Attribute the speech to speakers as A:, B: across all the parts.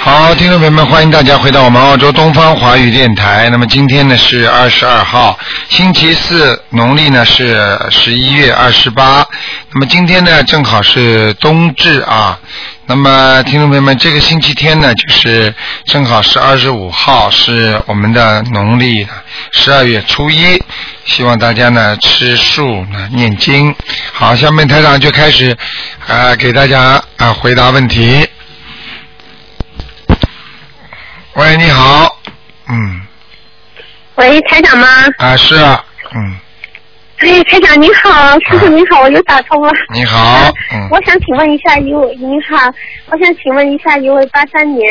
A: 好，听众朋友们，欢迎大家回到我们澳洲东方华语电台。那么今天呢是二十二号，星期四，农历呢是十一月二十八。那么今天呢正好是冬至啊。那么听众朋友们，这个星期天呢就是正好是二十五号，是我们的农历十二月初一。希望大家呢吃素呢念经。好，下面台长就开始啊、呃给大家啊、回答问题。喂，你好，嗯，
B: 喂，台长吗？
A: 啊是啊，嗯，
B: 哎，台长您好，师傅您好，我又打通了。
A: 你
B: 啊
A: 好，啊嗯，
B: 我想请问一下一位，您好，我想请问一下一位八三年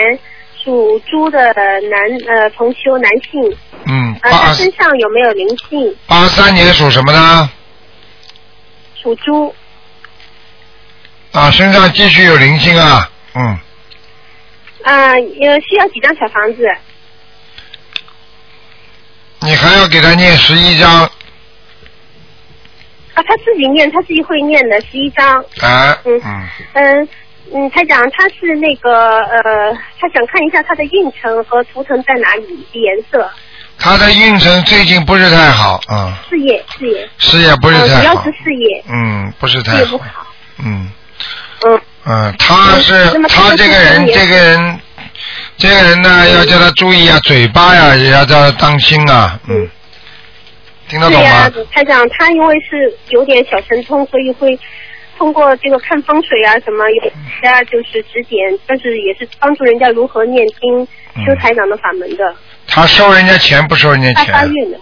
B: 属猪的男呃同修男性，
A: 嗯，
B: 呃，他
A: 八
B: 身上有没有灵性？
A: 八三年属什么呢？
B: 属猪，
A: 啊，身上继续有灵性啊，嗯，
B: 啊，呃，需要几张小房子？
A: 你还要给他念十一章
B: 啊，他自己念，他自己会念的，十一张。
A: 啊，
B: 嗯
A: 嗯，
B: 嗯嗯，台长，他是那个呃，他想看一下他的运程和图腾在哪里，颜色、
A: 他的运程最近不是太好，嗯，
B: 事业、事业，
A: 事业不是
B: 呃主
A: 太
B: 要
A: 好
B: 是，事业，
A: 嗯，不是
B: 事
A: 太
B: 业不
A: 好，
B: 好。
A: 嗯。
B: 嗯，
A: 嗯，他是
B: 那么他
A: 他
B: 的
A: 这个
B: 父
A: 人，
B: 亲也
A: 这个人，这个人
B: 嗯
A: 呢，要叫他注意啊，嘴巴呀、也要叫他当心啊，嗯
B: 嗯，
A: 听得
B: 对
A: 懂
B: 呀、
A: 吗？
B: 台长，他因为是有点小神通，所以会通过这个看风水啊什么，有些啊就是指点，但是也是帮助人家如何念经
A: 嗯
B: 修台长的法门的，
A: 他收人家钱不收人家
B: 他发
A: 钱，
B: 运的，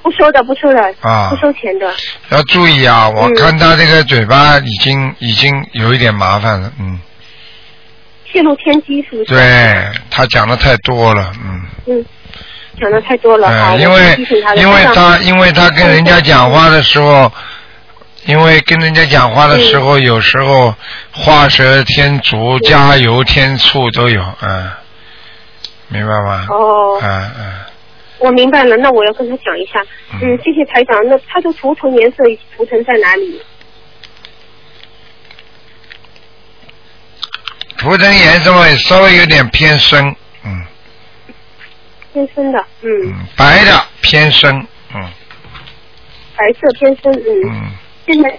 B: 不收的，不收的，
A: 啊
B: 哎不收钱的。
A: 要注意啊！我
B: 嗯
A: 看他这个嘴巴已经已经有一点麻烦了，嗯，
B: 泄露天机是不是？
A: 对他讲的太多了，嗯，
B: 嗯，讲的太多了，好，
A: 嗯，因
B: 我
A: 为
B: 提醒他了
A: 因为
B: 台长
A: 他因为他跟人家讲话的时候，因为跟人家讲话的时候，有时候画蛇添足、加油添醋都有，嗯，明白吗？
B: 哦，
A: 嗯嗯，
B: 我明白了，那我要跟他讲一下。
A: 嗯
B: 嗯，谢谢台长。那他的图腾颜色以及图腾在哪里？
A: 图腾颜色会稍微有点偏深，嗯
B: 偏深的，嗯，
A: 嗯，白的偏深，嗯
B: 白色偏深，嗯，
A: 嗯
B: 现在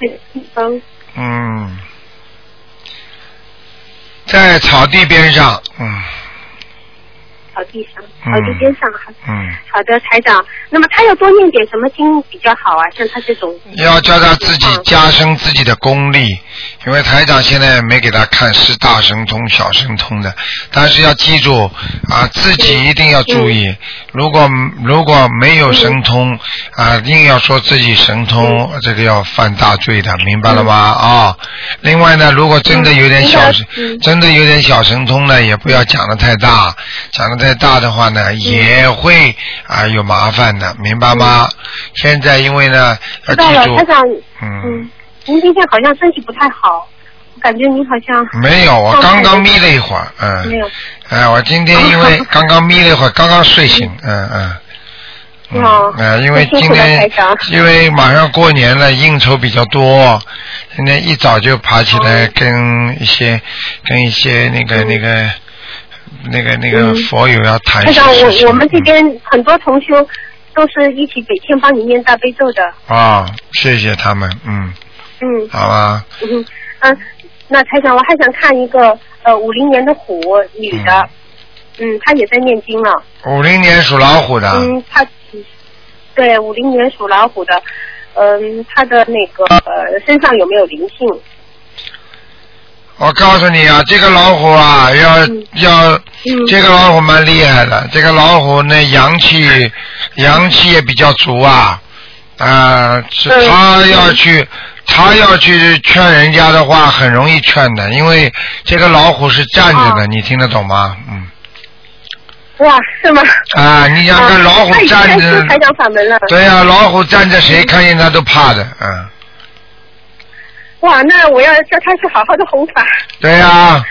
B: 这个地方
A: 嗯，在草地边上，嗯
B: 草地上，
A: 嗯
B: 草地边上哈。
A: 嗯。
B: 好的，台长。那么他要多念点什么经比较好啊？像他这种，
A: 要叫他自己加深自己的功力，因为台长现在没给他看是大神通、小神通的，但是要记住啊，自己一定要注意。如果如果哦没有神通啊，硬要说自己神通，
B: 嗯
A: 这个要犯大罪的，明白了吗？啊、另外呢，如果真的有点小神，
B: 嗯嗯明白嗯
A: 真的有点小神通呢，也不要讲的太大，讲的太大的话
B: 嗯
A: 呢，也会啊有麻烦的，明白吗？现在因为呢，要
B: 知道了
A: 记，住
B: 台，长。
A: 嗯
B: 嗯，，您今天好像身体不太好，我感觉您好像
A: 没有，我
B: 状
A: 刚
B: 态
A: 刚
B: 不
A: 眯了一会儿，
B: 没
A: 嗯，
B: 有。
A: 哎，我今天因为刚刚眯了一会儿，刚刚睡醒，嗯嗯。嗯，
B: 哦
A: 呃因为
B: 辛
A: 今
B: 苦了
A: 天
B: 台长
A: 因为马上过年了，应酬比较多，今天一早就爬起
B: 哦
A: 来跟一些、跟一些那个、那个那个那个
B: 嗯
A: 佛友要谈一
B: 台
A: 些
B: 长，
A: 事情。
B: 我我们这
A: 嗯
B: 边很多同修都是一起每天帮你念大悲咒的，
A: 啊、谢谢他们，嗯，
B: 嗯
A: 好吧，
B: 嗯嗯。那台长，我还想看一个呃五零年的虎女的，嗯，她也在念经了，
A: 五零年属老虎的，
B: 嗯，她对五零年属老虎的，嗯，她的那个呃身上有没有灵性？
A: 我告诉你啊，这个老虎啊，要、
B: 嗯
A: 要，
B: 嗯
A: 这个老虎蛮厉害的，这个老虎呢阳
B: 嗯
A: 气阳气也比较足啊，啊、是
B: 嗯
A: 他要去他要去劝人家的话，很容易劝的，因为这个老虎是站着的，
B: 哦
A: 你听得懂吗？嗯，
B: 哇，是吗？
A: 啊， 你想看
B: 啊
A: 老虎
B: 她已经
A: 站
B: 在
A: 着
B: 修，台长嗯法门了。
A: 对呀、老虎站着谁看见他都怕的，嗯，
B: 哇，那我要叫她去好好的弘法。
A: 对呀、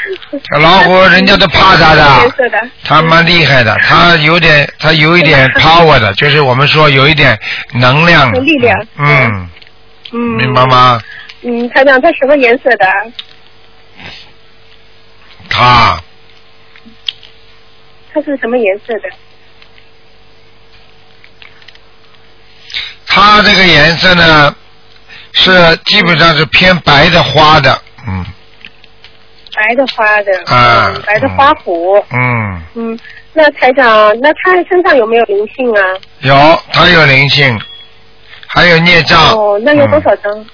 A: 这老虎人家都怕 他的
B: 嗯颜色的。
A: 他蛮厉害
B: 嗯
A: 的，他有点，他有一点
B: 对
A: power 的，就是我们说有一点能量的。
B: 有力量
A: 嗯，
B: 嗯，
A: 明白？吗？
B: 嗯，台长，她什么颜色的？
A: 他
B: 它是什么颜色的？
A: 它这个颜色呢，是基本上是偏白的花的，嗯
B: 白的花的，
A: 啊
B: 嗯白的花圃，
A: 嗯，
B: 嗯，那台长，那它身上有没有灵性啊？
A: 有它有灵性，还有孽障，
B: 哦，那有多
A: 嗯
B: 少张？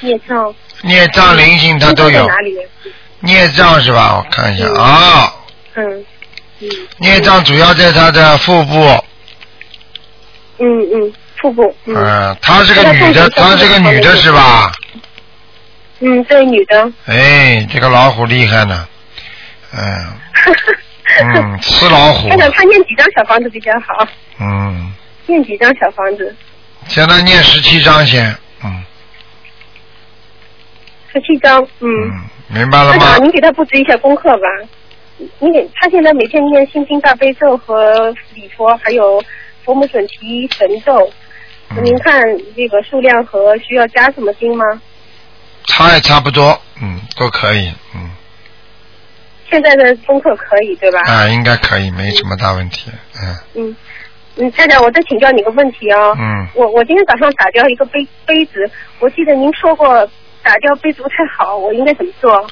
B: 孽障？
A: 孽障灵性它都
B: 孽障
A: 有
B: 在，哪里？
A: 孽障是吧？我看一下
B: 嗯
A: 啊、
B: 嗯嗯
A: 孽障主要在它的腹部，
B: 嗯嗯，腹部，嗯
A: 嗯、她是个女的，
B: 那
A: 她
B: 她是
A: 是个女的是吧？
B: 嗯，对，女的，
A: 哎，这个老虎厉害呢，嗯嗯，吃老虎
B: 台，长，她念几张小房子比较好？
A: 嗯，
B: 念几张小房子？
A: 现在念十七章先，嗯
B: 十七张，嗯。
A: 嗯，明白了
B: 台
A: 吗
B: 啊长，？您给她布置一下功课吧。你给她现在每天念心经大悲咒和礼佛，还有佛母准提神咒。
A: 嗯
B: 您看这个数量和需要加什么经吗？
A: 差也差不多，嗯，都可以，嗯，
B: 现在的功课可以对吧？
A: 啊，应该可以，没什么大问题，嗯
B: 嗯，嗯，台长，我再请教你个问题啊、
A: 嗯，
B: 我我今天早上打掉一个杯杯子，我记得您说过打掉杯子不太好，我应该怎么做？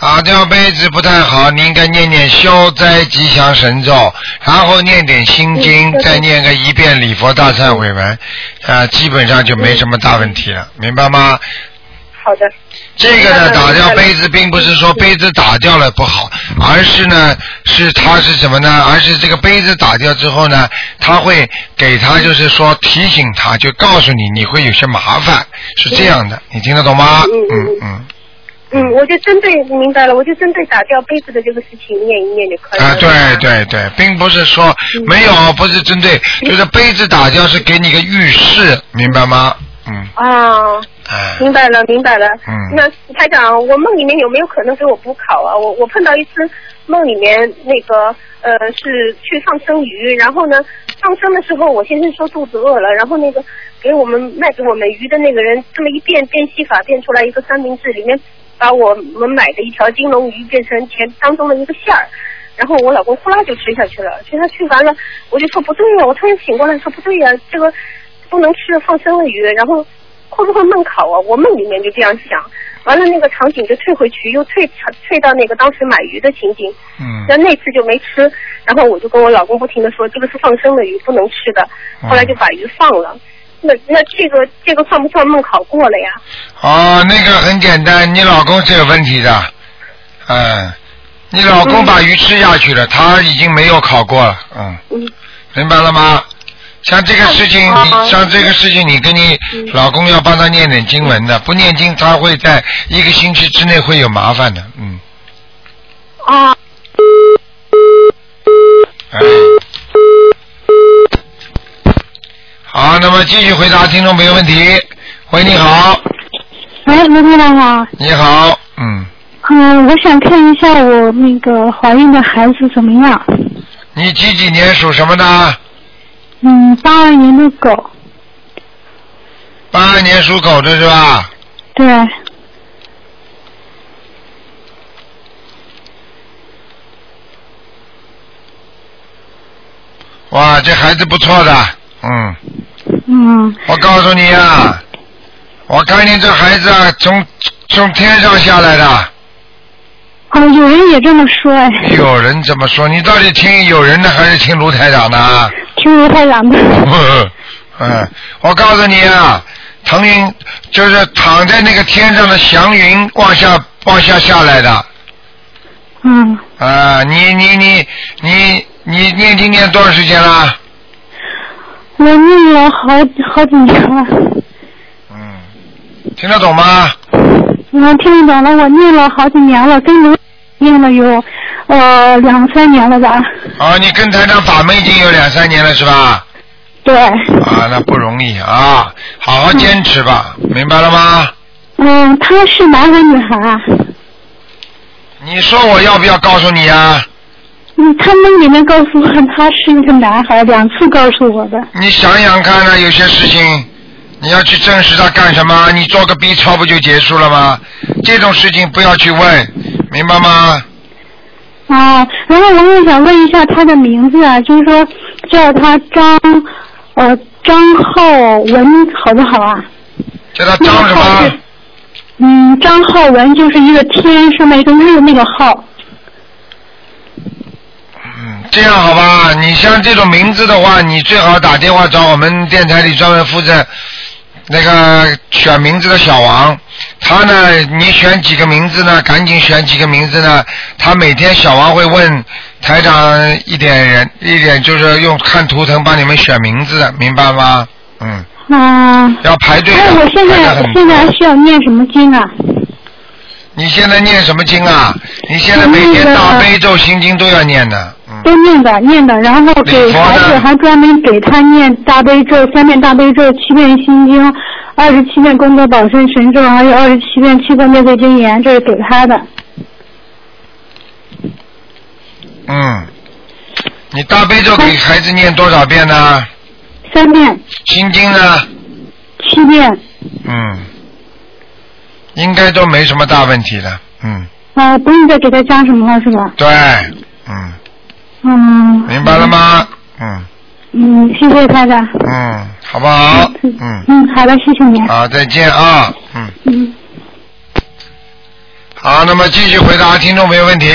A: 打掉杯子不太好，你应该念念消灾吉祥神咒，然后念点心经，
B: 嗯对对
A: 再念个一遍礼佛大忏悔文，啊，基本上就没什么大问题了，明白吗？
B: 嗯好的，
A: 这个呢，
B: 明白
A: 打
B: 了嗯
A: 掉杯子，并不是说杯子打掉了不好，而是呢，是它是什么呢？而是这个杯子打掉之后呢，它会给他就是说提醒他，就告诉你你会有些麻烦，是这样的，你听得懂吗？嗯
B: 嗯
A: 嗯
B: 嗯，我就针对明白了，我就针对打掉杯子的这个事情念一念就可以了。嗯
A: 啊，对
B: 是吧，
A: 对对，并不是说没有，不是针对，就是杯子打掉是给你个预示，明白吗？嗯，
B: 啊，
A: 哎，
B: 明白了，明白了。
A: 嗯
B: 那台长，我梦里面有没有可能给我补考啊？我我碰到一次梦里面那个呃是去放生鱼，然后呢放生的时候，我先生说肚子饿了，然后那个给我们卖给我们鱼的那个人这么一变变戏法，变出来一个三明治，里面把我们买的一条金龙鱼变成前当中的一个馅儿。然后我老公呼啦就吃下去了，吃下去完了，我就说不对呀、我突然醒过来说不对呀、这个不能吃放生了鱼，然后会不会梦考啊？我梦里面就这样想，完了那个场景就退回去，又退退到那个当时买鱼的情景，
A: 嗯
B: 但那次就没吃，然后我就跟我老公不停的说这个是放生的鱼，不能吃的，
A: 嗯
B: 后来就把鱼放了。那那这个这个算不算梦考过了呀？
A: 哦，那个很简单，你老公是有问题的，嗯，你老公把鱼吃下去了，他已经没有考过了，嗯，
B: 嗯，
A: 明白了吗？像这个事情，
B: 嗯
A: 你像这个事情，你跟你老公要帮他念点经文的，不念经他会在一个星期之内会有麻烦的，嗯，
B: 啊，
A: 哎。好，那么继续回答听众朋友问题。喂，你好，
C: 喂，卢台长好。
A: 你好，嗯，
C: 嗯，我想看一下我那个怀孕的孩子怎么样。
A: 你几几年属什么的？
C: 嗯，八二年的狗，
A: 八二年属狗的是吧？
C: 对，
A: 哇，这孩子不错的，嗯，
C: 嗯，
A: 我告诉你啊，我看见这孩子啊，从从天上下来的。
C: 哦，有人也这么说哎，
A: 有人怎么说？你到底听有人的还是听卢台长的啊？
C: 听卢台长的。
A: 嗯，我告诉你啊，腾云就是躺在那个天上的祥云往下往下下来的
C: 嗯，
A: 啊！你你你你你念经念多长时间了？
C: 我念了好好几年了，
A: 嗯，听得懂吗？
C: 我嗯听懂了，我念了好几年了，跟卢念了有呃两三年了吧。
A: 啊，你跟台长法门已经有两三年了是吧？
C: 对，
A: 啊，那不容易啊，好好坚持吧，明白了吗？
C: 嗯，他是男孩女孩啊？
A: 你说我要不要告诉你啊？
C: 嗯，他们里面告诉我他是一个男孩，两次告诉我的。
A: 你想想看呢、有些事情你要去证实它干什么？你做个 B 超不就结束了吗？这种事情不要去问，明白吗？
C: 哦、哦，然后我也想问一下他的名字啊，就是说叫他张呃张浩文好不好啊？
A: 叫他张什
C: 那个浩
A: 么
C: 是？嗯，张浩文就是一个天上面一个日那个浩。
A: 嗯，这样好吧？你像这种名字的话，你最好打电话找我们电台里专门负责那个选名字的小王。他呢，你选几个名字呢？赶紧选几个名字呢？他每天小王会问台长一点人一点，就是用看图腾帮你们选名字的，明白吗？嗯，
C: 嗯、
A: 要排队的。
C: 那我现
A: 排
C: 在
A: 得很
C: 现在还需要念什么经啊？
A: 你现在念什么经啊？你现在每天大悲咒、心经都要念的。嗯。
C: 都念的念的，然后给
A: 礼佛呢
C: 孩子还专门给他念大悲咒，三遍大悲咒，七遍心经，二十七遍功德宝山神咒，还有二十七遍七个灭罪真言，这是给他的。
A: 嗯，你大悲咒给孩子念多少遍呢？
C: 三遍、
A: 心经呢？
C: 七遍，
A: 嗯，应该都没什么大问题的。嗯，
C: 呃，不用再给他加什么了，是吧？
A: 对，嗯，
C: 嗯。
A: 明白了？吗？嗯
C: 嗯，谢谢台长。
A: 嗯，好不好？嗯，
C: 嗯，好的，谢谢您。
A: 好，再见啊。嗯，
C: 嗯，
A: 好，那么继续回答听众朋友问题。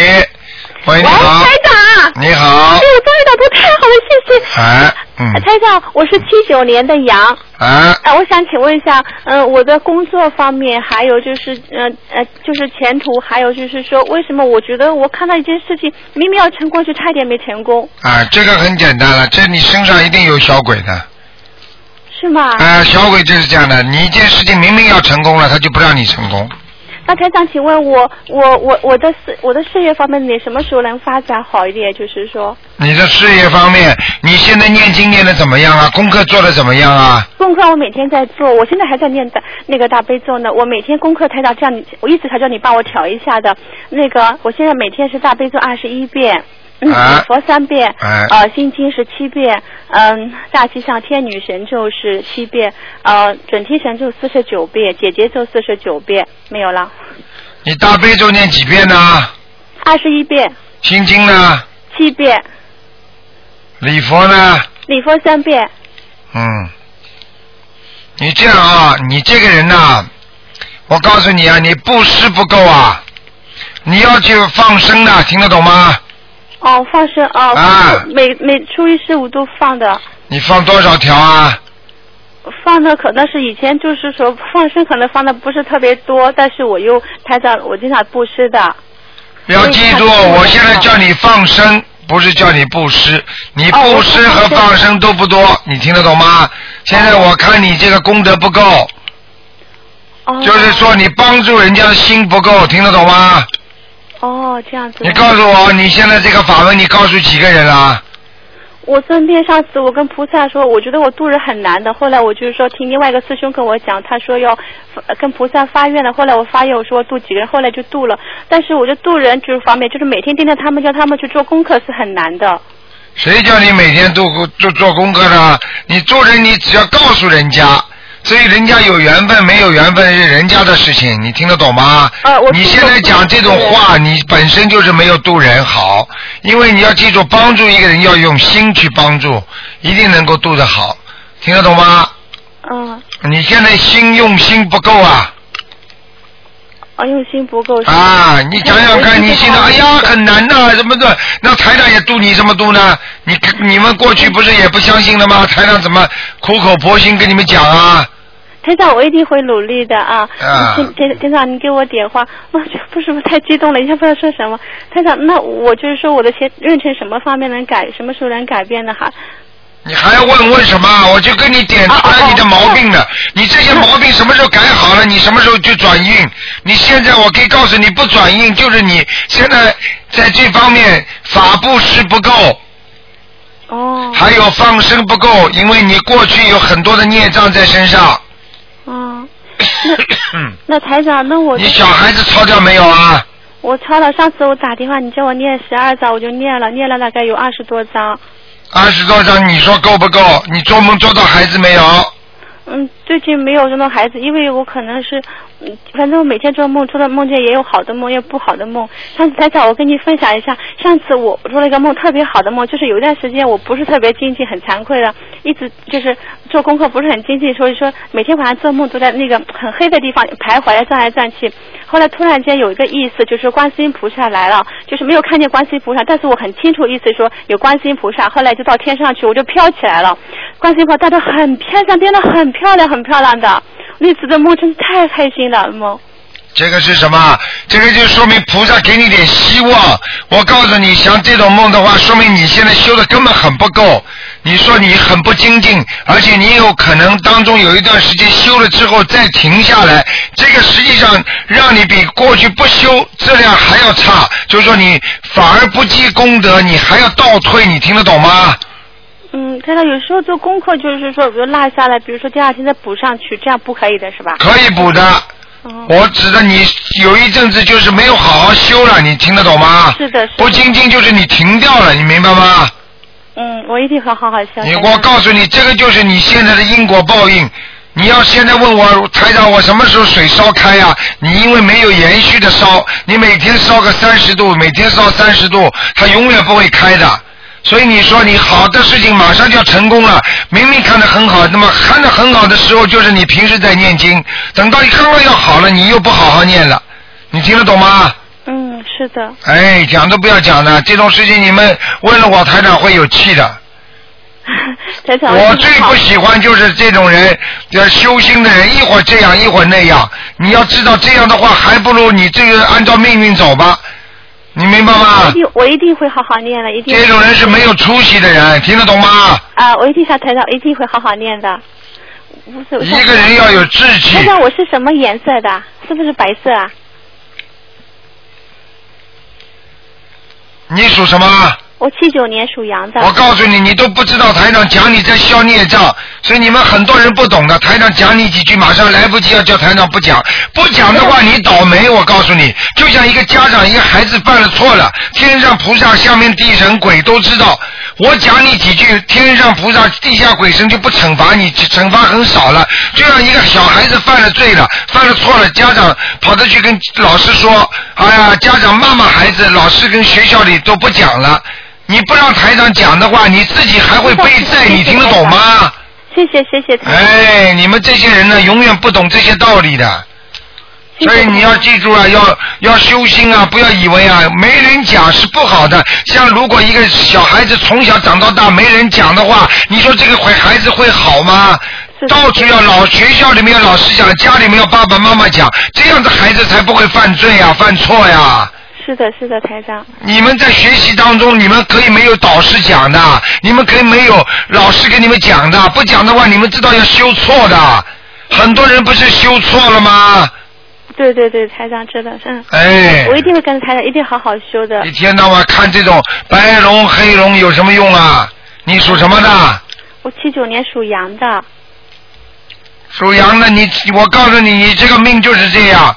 A: 喂，你好，
D: 台长，
A: 你好
D: 哎，，我终于打通，太好了，谢谢。
A: 哎，嗯，
D: 台长，我是七九年的羊，
A: 哎，
D: 哎、我想请问一下，嗯、我的工作方面，还有就是，嗯呃就是前途，还有就是说，为什么我觉得我看到一件事情，明明要成功，却差一点没成功，
A: 啊，这个很简单了，这你身上一定有小鬼的。
D: 是吗？
A: 啊，小鬼就是这样的，你一件事情明明要成功了，他就不让你成功。
D: 那台长，请问我，我我我的事，我的事业方面，你什么时候能发展好一点？就是说，
A: 你的事业方面，你现在念经念的怎么样啊？功课做的怎么样啊？
D: 功课我每天在做，我现在还在念大那个大悲咒呢。我每天功课台长叫你，我一直才叫你帮我调一下的。那个，我现在每天是大悲咒二十一遍，嗯，
A: 啊
D: 礼佛三遍，
A: 哎
D: 呃，心经是七遍，嗯，大吉祥天女神咒是七遍，呃，准提神咒四十九遍，姐姐咒四十九遍，没有了，
A: 你大悲咒念几遍呢？
D: 二十一遍，
A: 心经呢？
D: 七遍，
A: 礼佛呢？
D: 礼佛三遍，
A: 嗯，你这样啊，你这个人呐、我告诉你啊，你布施不够啊，你要去放生的，听得懂吗？
D: 哦，放生哦，
A: 啊
D: 每每初一十五都放的。
A: 你放多少条啊？
D: 放的可能是以前就是说放生可能放的不是特别多，但是我又台长我经常布施的。
A: 要记住，我现在叫你放生，不是叫你布施。你布施和放生哦都不多，你听得懂吗？现在我看你这个功德不够，
D: 哦。
A: 就是说你帮助人家的心不够，听得懂吗？
D: 哦，这样子。
A: 你告诉我，你现在这个法门，你告诉几个人啊啦？
D: 我尊便上次我跟菩萨说，我觉得我度人很难的。后来我就是说听另外一个师兄跟我讲，他说要呃跟菩萨发愿的。后来我发愿，我说我度几个人，后来就度了。但是我觉得度人就是方面，就是每天盯着他们，叫他们去做功课是很难的。
A: 谁叫你每天做做做功课的？你做人，你只要告诉人家，所以人家有缘分，没有缘分是人家的事情，你听得懂吗？
D: 呃我
A: 你
D: 听
A: 现
D: 得
A: 在
D: 懂
A: 讲这种
D: 对
A: 话，你本身就是没有度人好，因为你要记住，帮助一个人要用心去帮助，一定能够度得好，听得懂吗？
D: 嗯，
A: 你现在心用心不够啊
D: 哦，用心不够。是吗
A: 啊！你想想看，你现在哎呀很难呐、什么的，那台长也度你什么度呢？你你们过去不是也不相信的吗？台长怎么苦口婆心跟你们讲啊？
D: 台长，我一定会努力的啊！
A: 啊
D: 台台台长，你给我点话， 我这不是我太激动了， 一下不知道说什么。台长，那我就是说我的前运程什么方面能改，什么时候能改变呢？哈，
A: 你还要问问什么？我就跟你点出来你的毛病了。你这些毛病什么时候改好了？你什么时候就转运？你现在我可以告诉你，不转运就是你现在在这方面法布施不够，
D: 哦，
A: 还有放生不够，因为你过去有很多的孽障在身上。
D: 嗯， 那台长，那我
A: 你小孩子抄掉没有啊？
D: 我抄了，上次我打电话你叫我念十二章，我就念了，念了大概有二十多章。
A: 二十多张，你说够不够？你做梦做到孩子没有？
D: 嗯，最近没有这种孩子，因为我可能是嗯反正我每天做梦，除了梦见也有好的梦，也有不好的梦。上次台长，我跟你分享一下，上次我做了一个梦，特别好的梦，就是有一段时间我不是特别精进，很惭愧的，一直就是做功课不是很精进，所以说每天晚上做梦都在那个很黑的地方徘徊，转来转去。后来突然间有一个意思，就是观世音菩萨来了，就是没有看见观世音菩萨，但是我很清楚意思说有观世音菩萨。后来就到天上去，我就飘起来了。观世音菩萨带着很飘上，变得很漂亮，很漂亮的。那次的梦真是太开心了，梦。
A: 这个是什么？这个就说明菩萨给你点希望。我告诉你，像这种梦的话，说明你现在修的根本很不够。你说你很不精进，而且你有可能当中有一段时间修了之后再停下来，这个实际上让你比过去不修质量还要差。就是说你反而不积功德，你还要倒退，你听得懂吗？
D: 嗯，台长，有时候做功课就是说，比如落下来，比如说第二天再补上去，这样不可以的是吧？哦
A: 可以补的。我指的你有一阵子就是没有好好修了，你听得懂吗？
D: 是的，是的
A: 不精进就是你停掉了，你明白吗？
D: 嗯，我一定好好好想。
A: 你我告诉你，这个就是你现在的因果报应。你要现在问我台长，我什么时候水烧开呀、你因为没有延续的烧，你每天烧个三十度，每天烧三十度，它永远不会开的。所以你说你好的事情马上就要成功了，明明看得很好，那么看得很好的时候就是你平时在念经，等到你刚刚要好了，你又不好好念了，你听得懂吗？
D: 嗯，是的。
A: 哎，讲都不要讲了，这种事情你们问了我台长会有气的。
D: 台长，
A: 我最不喜欢就是这种人，呃，修心的人，一会儿这样，一会儿那样。你要知道这样的话，还不如你这个按照命运走吧，你明白
D: 我一
A: 吗？
D: 定，我一定会好好念的，一定。
A: 这种人是没有出息的人，听得懂吗？
D: 啊，我一定向台长，一定会好好念的。无所谓。
A: 一个人要有志气
D: 台。长，我是什么颜色的？是不是白色啊？
A: 你属什么？
D: 我七九年属羊的。
A: 我告诉你，你都不知道台长讲你在消孽障，所以你们很多人不懂的。台长讲你几句，马上来不及要叫台长不讲，不讲的话你倒霉。我告诉你，就像一个家长，一个孩子犯了错了，天上菩萨、下面地神、鬼都知道。我讲你几句，天上菩萨、地下鬼神就不惩罚你，惩罚很少了。就像一个小孩子犯了罪了，犯了错了，家长跑着去跟老师说，哎呀，家长骂骂孩子，老师跟学校里都不讲了。你不让台长讲的话，你自己还会背债，你听得懂吗？
D: 谢谢谢谢嗯台长。
A: 哎，你们这些人呢，永远不懂这些道理的。
D: 谢谢
A: 所以你要记住啊，要要修心啊，不要以为啊没人讲是不好的。像如果一个小孩子从小长到大没人讲的话，你说这个会孩子会好吗
D: 是？的
A: 到处要老学校里面要老师讲，家里面要爸爸妈妈讲，这样的孩子才不会犯罪啊，犯错呀、
D: 是的，是的，台长。
A: 你们在学习当中，你们可以没有导师讲的，你们可以没有老师给你们讲的，不讲的话，你们知道要修错的。很多人不是修错了吗？
D: 对对对，台长知道，嗯。
A: 哎，
D: 我一定会跟着台长，一定好好修的
A: 一。天到晚看这种白龙黑龙有什么用啊？你属什么的？
D: 我七九年属羊的，
A: 属羊的，你我告诉你，你这个命就是这样。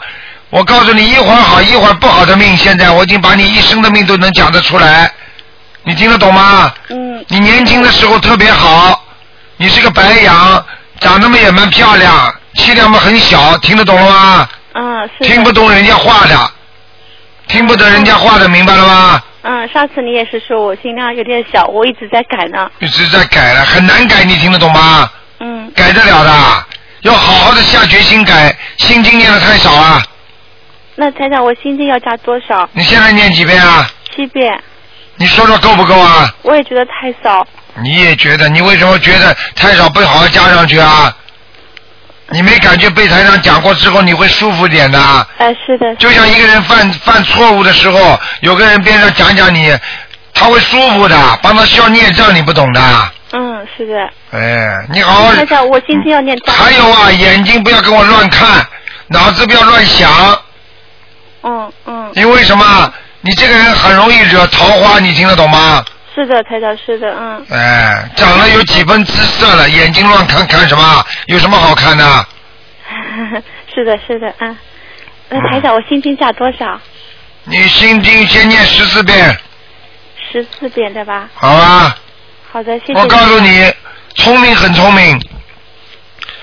A: 我告诉你，一会儿好，一会儿不好的命，现在我已经把你一生的命都能讲得出来，你听得懂吗？
D: 嗯，
A: 你年轻的时候特别好，你是个白羊，长得嘛也蛮漂亮，气量嘛很小，听得懂了吗？
D: 嗯，是的。
A: 听不懂人家话的，听不得人家话的，明白了吗？
D: 嗯，上次你也是说我心量有点小，我一直在改呢。
A: 一直在改了，很难改，你听得懂吗？
D: 嗯，
A: 改得了的，要好好的下决心改。心经念的太少啊，
D: 那台长，我心经要加多少？
A: 你现在念几遍啊？
D: 七遍，
A: 你说说够不够啊？
D: 我也觉得太少。
A: 你也觉得，你为什么觉得太少不好好加上去啊？你没感觉被台上讲过之后你会舒服点的啊？
D: 哎，是的，
A: 就像一个人犯犯错误的时候，有个人边上讲讲你，他会舒服的，帮他消孽障，你不懂的。
D: 嗯，是的。
A: 哎，你好好。
D: 台长，我心经要念多少？
A: 还有啊，眼睛不要跟我乱看，脑子不要乱想，
D: 嗯嗯，
A: 因为什么？你这个人很容易惹桃花，你听得懂吗？
D: 是的，台长，是的，嗯，
A: 哎，长了有几分姿色了，眼睛乱看看什么？有什么好看的？
D: 是的，是的，嗯。那台长，我心经加多少？
A: 你心经先念十四遍，
D: 十四遍对吧？
A: 好吧？
D: 好的，谢谢。
A: 我告诉，你，聪明很聪明，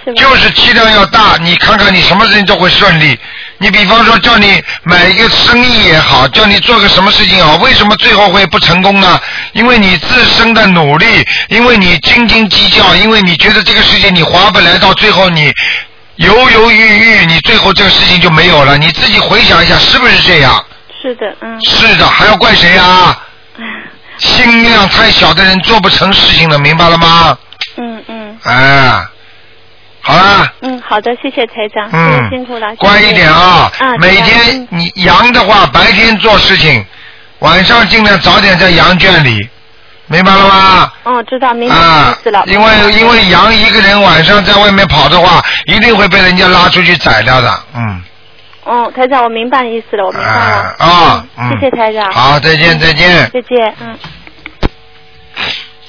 D: 是吧？
A: 就是气量要大，你看看你什么事情都会顺利。你比方说叫你买一个生意也好，叫你做个什么事情也好，为什么最后会不成功呢？因为你自身的努力，因为你斤斤计较，因为你觉得这个事情你划不来，到最后你犹犹豫豫，你最后这个事情就没有了。你自己回想一下，是不是这样？
D: 是的，嗯，
A: 是的，还要怪谁啊？心量太小的人做不成事情了，明白了吗？
D: 嗯嗯
A: 哎，好啦。
D: 嗯，好的，谢谢台长，
A: 嗯，
D: 辛苦了，
A: 乖一点啊！
D: 谢谢啊，
A: 每
D: 对啊
A: 天你阳的话，白天做事情，晚上尽量早点在羊圈里，明白了吗？
D: 嗯，知道，明白意
A: 啊
D: 思了，，嗯
A: 因为因为羊一个人晚上在外面跑的话，一定会被人家拉出去宰掉的，嗯。
D: 嗯，台长，我明白意思了，我明白
A: 啊
D: 了，
A: 啊，
D: 嗯
A: 嗯
D: 谢谢台长，，
A: 好，再见再见。
D: 再见，嗯。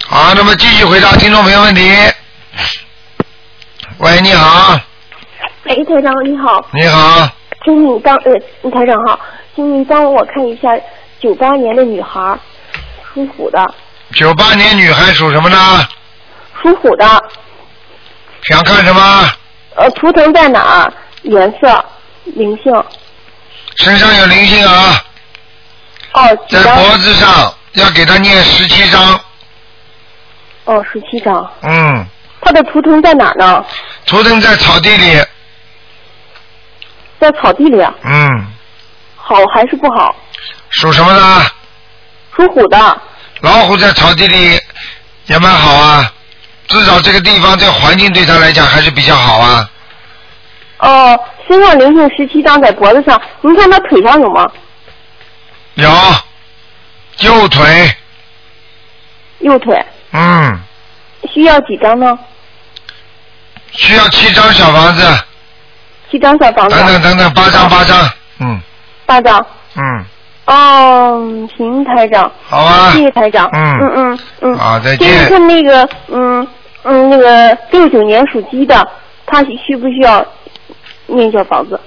A: 好，那么继续回答听众朋友问题。喂，你好，
E: 喂，台长你好，
A: 你好，
E: 请你帮呃，台长好，请你帮我看一下九八年的女孩儿，属虎的，
A: 九八年女孩属什么呢？
E: 属虎的，
A: 想看什么？
E: 呃，图腾在哪儿？颜色、灵性，
A: 身上有灵性啊，
E: 哦，几
A: 在
E: 张？
A: 脖子上要给他念十七章。
E: 哦，十七张。
A: 嗯，
E: 她的图腾在哪儿呢？
A: 图腾在草地里。
E: 在草地里啊，
A: 嗯，
E: 好还是不好？
A: 属什么呢？
E: 属虎的，
A: 老虎在草地里也蛮好啊，至少这个地方这个环境对他来讲还是比较好啊。
E: 哦，身上灵性十七张在脖子上，您看她腿上有吗？
A: 有，右腿，
E: 右腿
A: 嗯，
E: 需要几张呢？
A: 需要七张小房子，
E: 七张小房子
A: 等，等等等，八张八张，嗯
E: 八张。
A: 嗯，
E: 哦，行，台长。
A: 好吧
E: 谢，谢台长。
A: 嗯
E: 嗯嗯嗯。
A: 好再
E: 就是
A: 见
E: 看那个，嗯嗯，那个六九年属鸡的，他需不需要念小房子？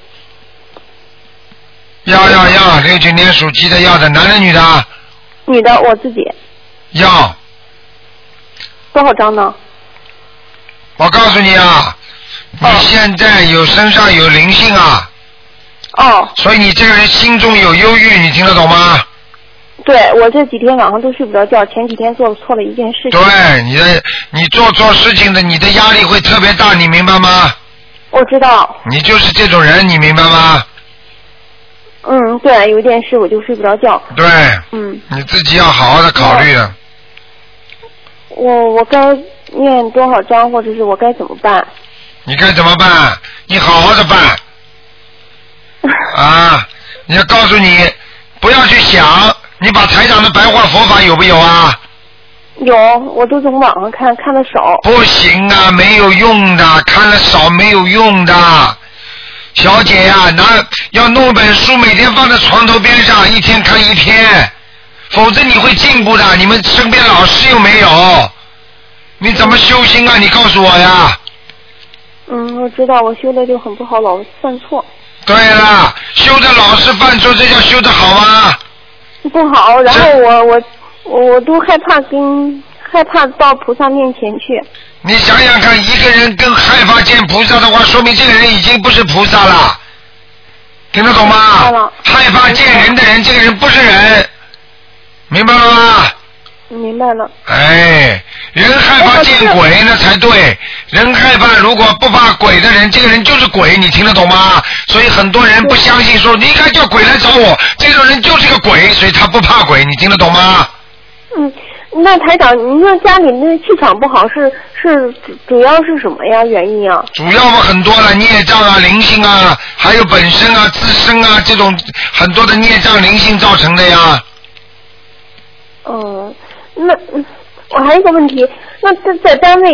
A: 要要要，六九年属鸡的要的，男的女的啊
E: 女的，我自己
A: 要。
E: 多少张呢？
A: 我告诉你啊，你现在有身上有灵性啊，
E: 哦，
A: 所以你这个人心中有忧郁，你听得懂吗？
E: 对我这几天晚上都睡不着觉，前几天做错了一件事情，
A: 对，你的你做错事情的，你的压力会特别大，你明白吗？
E: 我知道，
A: 你就是这种人，你明白吗？
E: 嗯，对，有一件事我就睡不着觉，
A: 对，
E: 嗯，
A: 你自己要好好的考虑的。
E: 我我该念多少张，或者是我该怎么办？
A: 你该怎么办？你好好的 办啊！你要告诉你，不要去想，你把台长的白话佛法有没有啊？
E: 有，我都从网上看看的少，
A: 不行啊，没有用的，看了少没有用的。小姐呀、拿要弄本书，每天放在床头边上，一天看一篇，否则你会进步的。你们身边老师又没有，你怎么修心啊？你告诉我呀。
E: 嗯，我知道，我修的就很不好，老犯错，
A: 对了，修的老师犯错，这叫修的好啊吗？
E: 不好。然后
A: 是
E: 我我我我都害怕跟害怕到菩萨面前去。
A: 你想想看，一个人跟害怕见菩萨的话，说明这个人已经不是菩萨了，听得懂
E: 明白
A: 吗
E: 了？
A: 害怕见人的人，这个人不是人，明白了吗？
E: 明白了，
A: 哎，人害怕见鬼那才对，人害怕如果不怕鬼的人，这个人就是鬼，你听得懂吗？所以很多人不相信说，你应该叫鬼来找我，这种人就是个鬼，所以他不怕鬼，你听得懂吗？
E: 嗯，那台长，您说家里那气场不好是是主主要是什么呀？原因啊？
A: 主要嘛很多了，孽障啊、灵性啊，还有本身啊、自身啊这种很多的孽障、灵性造成的呀。
E: 嗯，那嗯我还有一个问题，那在在单位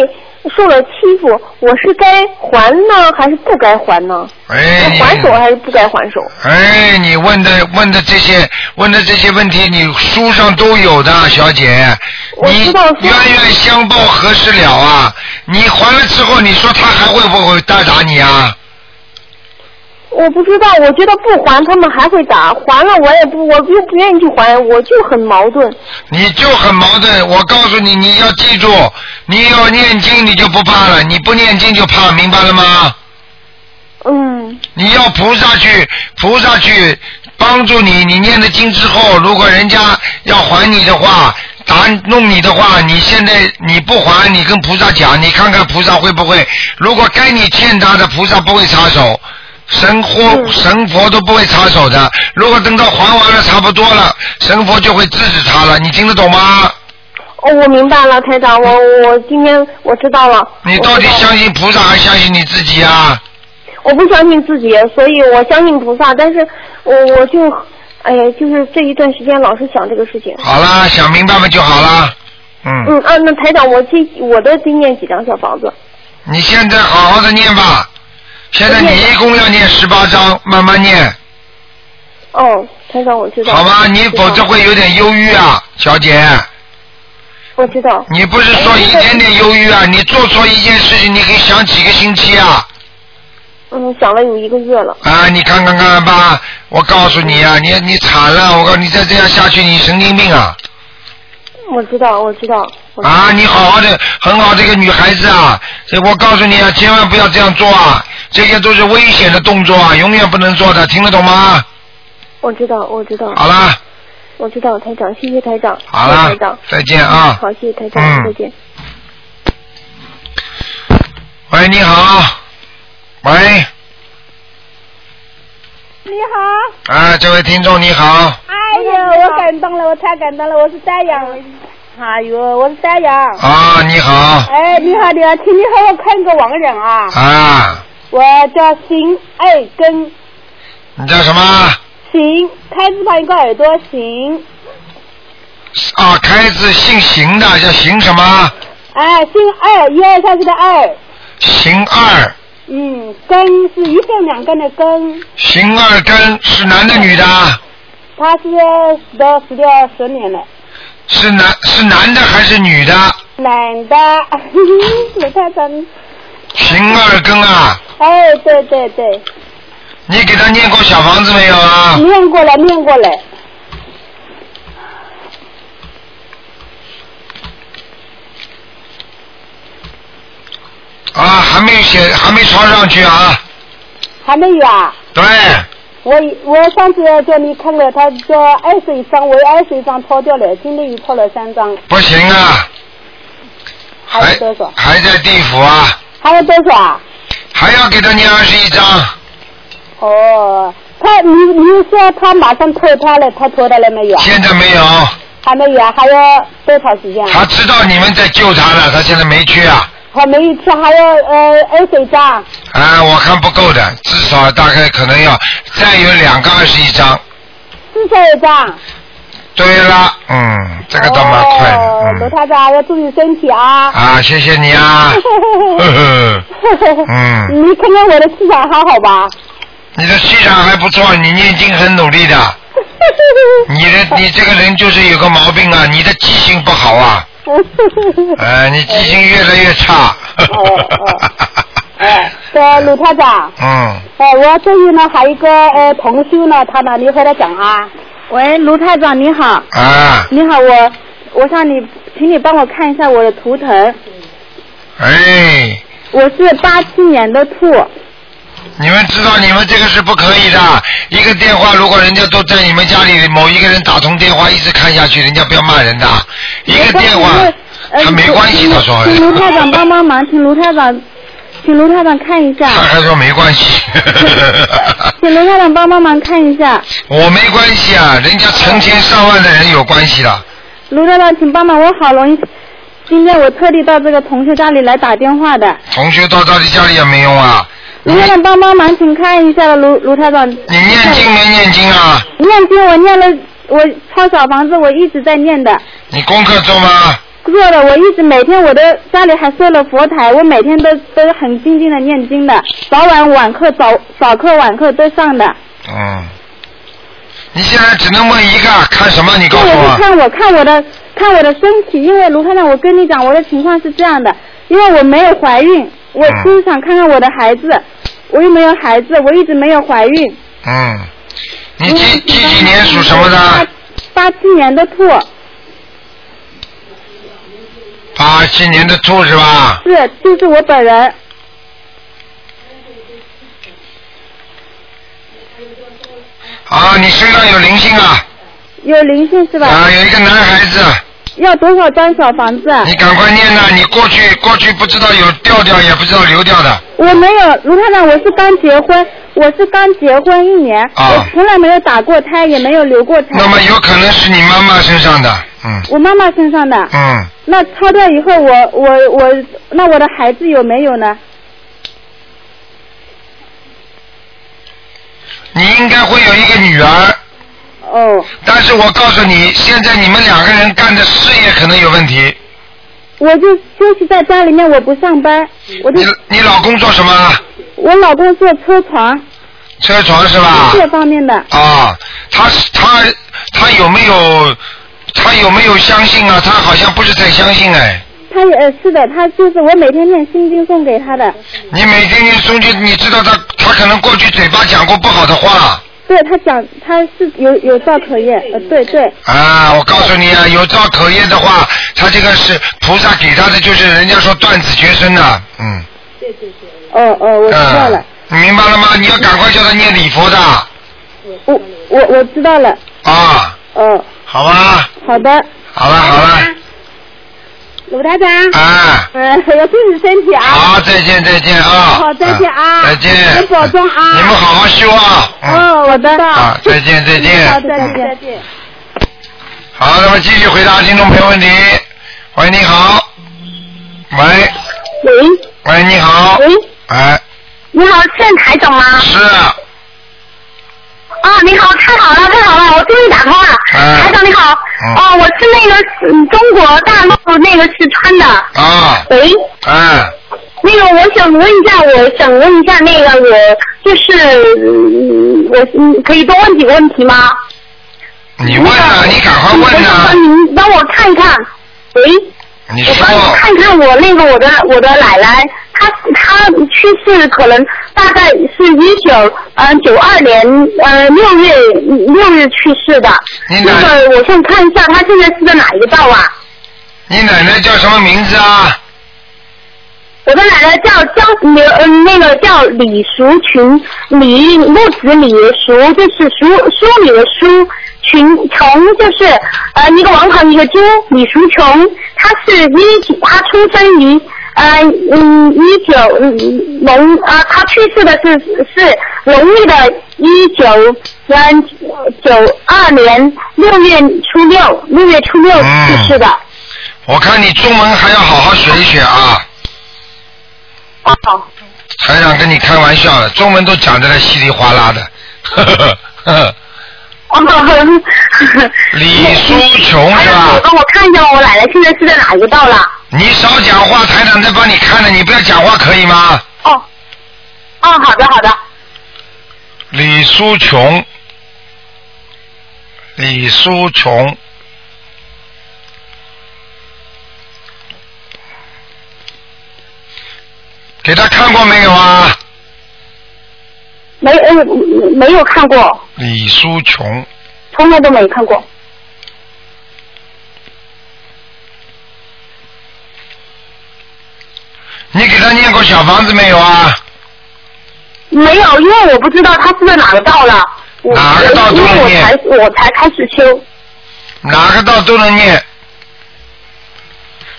E: 受了欺负，我是该还呢，还是不该还呢？
A: 哎，
E: 该
A: 你
E: 还手还是不该还手？
A: 哎，你问的问的这些问的这些问题，你书上都有的，小姐。
E: 我
A: 你
E: 知道
A: 冤冤相报何时了啊？你还了之后，你说他还会不会再打你啊？
E: 我不知道，我觉得不还他们还会打，还了我也不，我又不愿意去还，我就很矛盾。
A: 你就很矛盾。我告诉你，你要记住，你要念经，你就不怕了；你不念经就怕，明白了吗？
E: 嗯，
A: 你要菩萨去，菩萨去帮助你。你念了经之后，如果人家要还你的话，打弄你的话，你现在你不还，你跟菩萨讲，你看看菩萨会不会？如果该你欠他的，菩萨不会插手。神佛
E: 嗯
A: 神佛都不会插手的，如果等到还完了差不多了，神佛就会制止他了。你听得懂吗？
E: 哦，我明白了，台长，我我今天我知道了。
A: 你到
E: 我
A: 底
E: 知道了
A: 相信菩萨还相信你自己啊？
E: 我不相信自己，所以我相信菩萨，但是我我就，哎呀，就是这一段时间老是想这个事情。
A: 好啦，想明白了就好啦。
E: 嗯啊，那台长，我这我的得念几张小房子？
A: 你现在好好的念吧，现在
E: 我念
A: 你一共要念十八章，慢慢念，
E: 哦，台长，我知道。
A: 好吧？你否则会有点忧郁啊，小姐。
E: 我知道。
A: 你不是
E: 哎
A: 说一点点忧郁啊？你做错一件事情，你可以想几个星期啊？
E: 嗯，想了有一个月了。
A: 啊，你看看看吧，我告诉你啊，你你惨了，我告诉你，再这样下去，你神经病啊！
E: 我知道，我知道。我知道
A: 啊，你好好的，很好，这个女孩子啊，这我告诉你啊，千万不要这样做啊，这些都是危险的动作啊，永远不能做的，听得懂吗？
E: 我知道，我知道，
A: 好啦，
E: 我知道，台长，谢谢台长，
A: 好
E: 谢谢
A: 啦
E: 台长，，
A: 再见啊！
E: 好，谢谢台长，
A: 嗯
E: 再见。
A: 喂，你好，喂，
F: 你好，
A: 啊，这位听众你好，
F: 哎呀，我感动了，我太感动了，我是丹阳，哎呦，我是丹阳。
A: 啊，你好，
F: 哎，你好，你好，请你和我看个亡人啊，
A: 啊，
F: 我叫邢爱根，
A: 你叫什么？
F: 邢开字旁一个耳朵，邢，
A: 啊，开字姓邢的叫邢什么？
F: 哎，姓二，一二三四的二，
A: 邢二，
F: 嗯，根是一根两根的根，
A: 邢二根是男的女的？
F: 他是死到死掉十年了，
A: 是男是男的还是女的？
F: 男的，没看成，
A: 邢二根啊，
F: 哎，对对对，
A: 你给他念过小房子没有啊？
F: 念过了，念过了。
A: 啊，还没写，还没抄上去啊？
F: 还没有啊？
A: 对，
F: 我我上次叫你看了，他叫二十一张，我二十一张掏掉了，今天又掏了三张，
A: 不行啊，
F: 还
A: 还
F: 有多少？
A: 还在地府啊，
F: 还有多少啊？
A: 还要给他念二十一章。
F: 哦，他你你说他马上脱胎了，他脱胎了没有啊？
A: 现在没有，
F: 还没有啊？还要多长时间啊？
A: 他知道你们在救他了，他现在没去啊。
F: 还没有吃，还要呃二十一张，
A: 啊，我看不够的，至少大概可能要再有两个二十一章。
F: 至少一张。
A: 对了，嗯，这个倒蛮快
F: 哦，
A: 的嗯。
F: 罗，台长要注意身体啊。
A: 啊，谢谢你 啊，呵呵，嗯
F: 你看看我的气场还好吧？
A: 你的气场还不错，你念经很努力 的。你的你这个人就是有个毛病啊，你的记性不好啊，呃，你记性越来越差。
F: 哎，这鲁台长，
A: 嗯，
F: 哎，我这里呢还有一个呃同修呢，他呢，你和他讲啊。
G: 喂，卢太长你好，
A: 啊，
G: 你好，我我向你，请你帮我看一下我的图腾，
A: 哎，
G: 我是八七年的兔，
A: 你们知道你们这个是不可以的。一个电话，如果人家都在你们家里某一个人打通电话，一直看下去，人家不要骂人的。一个电话，
F: 呃
A: 他没关系，他说。
G: 呃请卢太长帮 帮忙，请卢太长，请卢太长看一下
A: 他，还说没关系，
G: 请卢太长帮帮忙看一下，
A: 我没关系啊，人家成千上万的人有关系了。
G: 卢太长请帮忙，我好容易，今天我特地到这个同学家里来打电话的，
A: 同学到到底家里也没用啊。你
G: 卢太长帮帮忙，请看一下卢卢太长，
A: 你念经没念经啊？
G: 念经我念了，我抄小房子我一直在念的。
A: 你功课做吗？
G: 做了，我一直每天我都家里还设了佛台，我每天都都很静静的念经的，早晚晚课早早课晚课都上的。
A: 嗯。你现在只能问一个，看什么？你告
G: 那
A: 诉
G: 我是
A: 我。
G: 看我看我的看我的身体，因为卢太太，我跟你讲我的情况是这样的，因为我没有怀孕，我
A: 嗯
G: 就是想看看我的孩子，我又没有孩子，我一直没有怀孕。
A: 嗯，你几几几年属什么的？
G: 嗯八七年的兔，
A: 八七年的兔是吧？
G: 是就是我本人。
A: 啊，你身上有灵性啊！
G: 有灵性是吧？
A: 啊，有一个男孩子，
G: 要多少张小房子啊？
A: 你赶快念呐！你过去过去不知道有掉掉，也不知道流掉的。
G: 我没有，卢太太，我是刚结婚，我是刚结婚一年，
A: 啊
G: 我从来没有打过胎，也没有流过
A: 那
G: 产。
A: 么有可能是你妈妈身上的，嗯
G: 我妈妈身上的，
A: 嗯，
G: 那超掉以后我，我我那我的孩子有没有呢？
A: 你应该会有一个女儿，
G: 哦，
A: 但是我告诉你，现在你们两个人干的事业可能有问题。
G: 我就休息在家里面，我不上班，我就
A: 嗯你你老公做什么？啊
G: 我老公做车床
A: 车床是吧？
G: 这方面的，
A: 啊，他是他他有没有他有没有相信啊？他好像不是太相信哎。
G: 他也呃是的，他就是我每天念心经送给他的，
A: 你每天念诵经，你知道他他可能过去嘴巴讲过不好的话
G: 对他讲他是有有造口业，呃对对，
A: 啊！我告诉你啊，有造口业的话，他这个是菩萨给他的，就是人家说断子绝孙呐、嗯。
G: 哦哦我知道了
A: 嗯，，你明白了吗？你要赶快叫他念礼佛的
G: 我我我知道了，
A: 啊，
G: 哦
A: 好吧，
G: 好的，
A: 好了好了，
G: 鲁台长，
A: 啊，
G: 嗯、要注意身体啊，
A: 好，再见再见啊，
G: 好再见啊
A: 嗯再见，
G: 您保重啊
A: 你们好好修啊，嗯，
G: 哦我知道，
A: 啊，再见再
G: 好
A: 见，
G: 再见再见。
A: 好，那么继续回答听众朋友问题。喂，你好，喂，
F: 喂
A: 喂，你好，
F: 喂，
A: 哎，
F: 你好，郑台长吗？
A: 是，
F: 哦，你好，太好了，太好了，我终于打通了。
A: 嗯
F: 台长你好，
A: 嗯
F: 哦，我是那个嗯中国大陆那个四川的。
A: 啊，
F: 喂，
A: 哎，
F: 那个我想问一下，我想问一下那个我就是嗯我嗯可以多问几个问题吗？
A: 你问啊，你赶快问
F: 我想
A: 啊，
F: 帮您帮我看一看，喂，
A: 你
F: 我
A: 说
F: 帮你看看我那个我的我的奶奶，她她去世可能大概是一九呃九二年呃六月六月去世的。
A: 你
F: 那
A: 奶
F: 个我想看一下她现在是在哪一道啊？
A: 你奶奶叫什么名字啊？
F: 我的奶奶叫叫刘嗯那个叫李淑群，李木子李淑就是淑淑女的淑，群琼就是呃一个王旁一个朱，李淑琼，她是一九她出生于呃嗯一九嗯农啊、她去世的是是农历的一九嗯九二年六月初六六月初六
A: 嗯
F: 去世的。
A: 我看你中文还要好好学一学啊！
F: 哦，
A: 台长跟你开玩笑的，中文都讲得来稀里哗啦 的。呵呵呵
F: 哦，
A: 李淑琼
F: 还
A: 是
F: 有我
A: 吧？
F: 哎帮我看一下我奶奶现在是在哪一个道了？
A: 你少讲话，台长在帮你看呢，你不要讲话可以吗？
F: 哦，哦，好的好的，
A: 李淑琼，李淑琼，给他看过没有啊？
F: 没呃没有看过，
A: 李淑琼，
F: 从来都没看过。
A: 你给他念过小房子没有啊？
F: 没有，因为我不知道他是在哪个道了。我
A: 哪个道都
F: 因为
A: 能
F: 我
A: 念
F: 才我才开始修。
A: 哪个道都能念。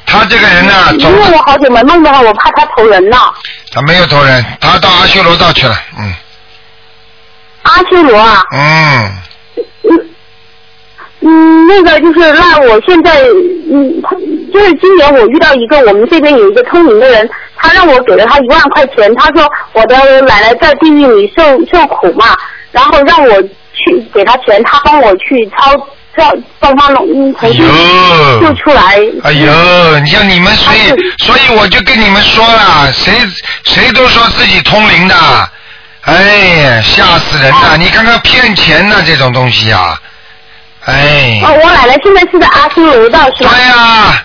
A: 他这个人呢、
F: 因
A: 总
F: 为我好久没梦到他，我怕他投人了。
A: 他没有投人，他到阿修罗道去了，嗯
F: 阿修罗啊，
A: 嗯，
F: 嗯嗯，那个就是那我现在嗯，他就是今年我遇到一个我们这边有一个通灵的人，他让我给了他一万块钱，他说我的奶奶在地狱里受受苦嘛，然后让我去给他钱，他帮我去抄抄帮他弄嗯
A: 哎
F: 重新救
A: 呦，
F: 出来。啊
A: 哎呦，你像你们所以所以我就跟你们说了，谁谁都说自己通灵的，哎呀，吓死人
F: 啊
A: 了！你看看骗钱呐、这种东西啊，哎，
F: 哦，我奶奶现在是在阿修罗道是
A: 对
F: 吧？
A: 呀、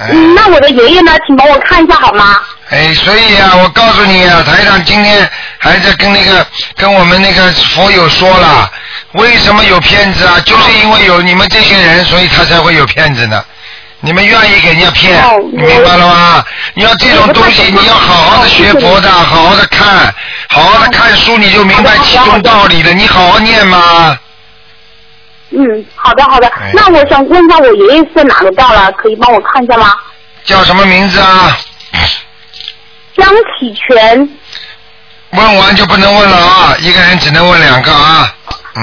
A: 哎
F: 嗯，那我的爷爷呢？请帮我看一下好吗？
A: 哎，所以啊，我告诉你啊，台长今天还在跟那个跟我们那个佛友说了，为什么有骗子啊？就是因为有你们这些人，所以他才会有骗子呢。你们愿意给人家骗，
F: 哦
A: 你明白了吗？你要这种东西，你要好好的学佛的，好好的看，好好的看书，你就明白其中道理了。你好好念嘛。
F: 嗯，好的好的
A: 哎。
F: 那我想问一下，我爷爷是在哪个道了？可以帮我看一下吗？
A: 叫什么名字啊？
F: 江启全，
A: 问完就不能问了啊，一个人只能问两个啊。嗯。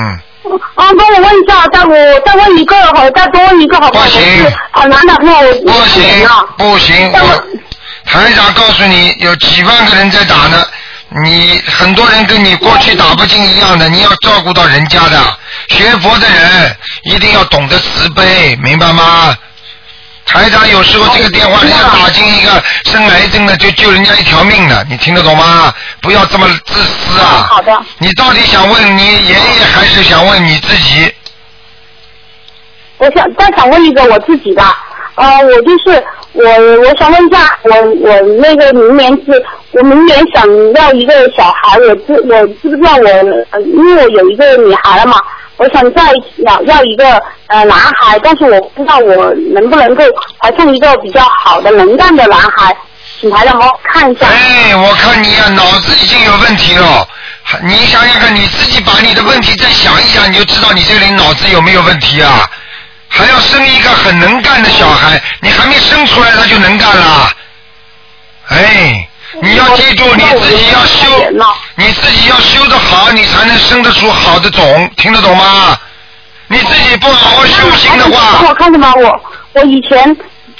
F: 啊，帮我问一下，再我再问一个好，再多问一个好不好？
A: 不行
F: 我是很难打破我
A: 不行
F: 啊。，
A: 不行，
F: 但
A: 我
F: 我
A: 台长告诉你，有几万个人在打呢，你很多人跟你过去打不进一样的，你要照顾到人家的。学佛的人一定要懂得慈悲，明白吗？台长有时候这个电话，人家打进一个生癌症的，就救人家一条命的，你听得懂吗？不要这么自私啊！
F: 好的。
A: 你到底想问你爷爷，还是想问你自己？
F: 我想再想问一个我自己的，呃，我就是我我想问一下，我我那个明年是，我明年想要一个小孩，我知我知不知道我，呃因为我有一个女孩了嘛，我想再要要一个呃男孩，但是我不知道我能不能够怀上一个比较好的能干的男孩，请台长帮我看一下。
A: 哎，我看你呀、脑子已经有问题了。还你想想看，你自己把你的问题再想一想，你就知道你这个人脑子有没有问题啊？还要生一个很能干的小孩，你还没生出来他就能干了。哎，你要记住，你自己要修，你自己要修得好，你才能生得出好的种，听得懂吗？你自己不好好修行的
F: 帮我
A: 话，
F: 看什么？我我以前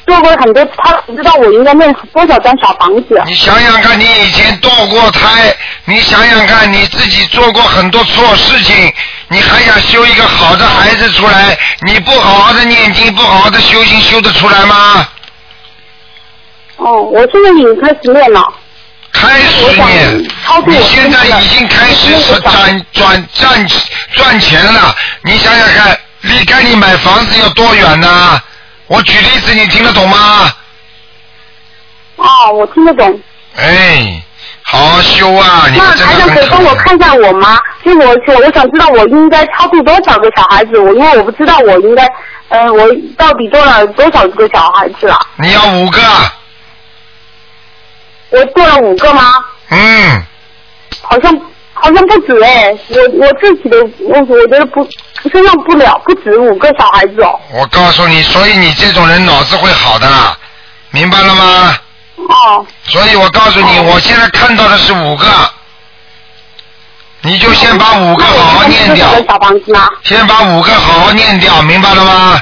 F: 做过很多，他不知道我应该念多少张小房子。
A: 你想想看，你以前堕过胎，你想想看，你自己做过很多错事情，你还想修一个好的孩子出来？你不好好的念经，不好好的修行，修得出来吗？
F: 哦，我现在已经开始练了。
A: 开始念
F: 超度，我
A: 你现在已经开始
F: 那个
A: 转转赚赚钱了。你想想看，离开你买房子要多远呢、我举例子，你听得懂吗？
F: 哦，我听得懂。
A: 哎，好好修啊！你
F: 那
A: 们真
F: 台
A: 的
F: 长
A: 很
F: 可以
A: 可
F: 帮我
A: 怜
F: 看一下我吗？就是我想，我想知道我应该超度多少个小孩子，我因为我不知道我应该，呃，我到底做了多少个小孩子了？啊
A: 你要五个，啊
F: 我做了五个吗？
A: 嗯。
F: 好像好像不止哎，我我自己的，我我觉得不身上不了，不止五个小孩子哦。
A: 我告诉你，所以你这种人脑子会好的啦，明白了吗？
F: 哦，
A: 所以我告诉你，我现在看到的是五个，你就先把五个
F: 那
A: 好好
F: 我
A: 念
F: 念
A: 掉
F: 多，少个小房子呢？
A: 先把五个好好念掉，明白了吗？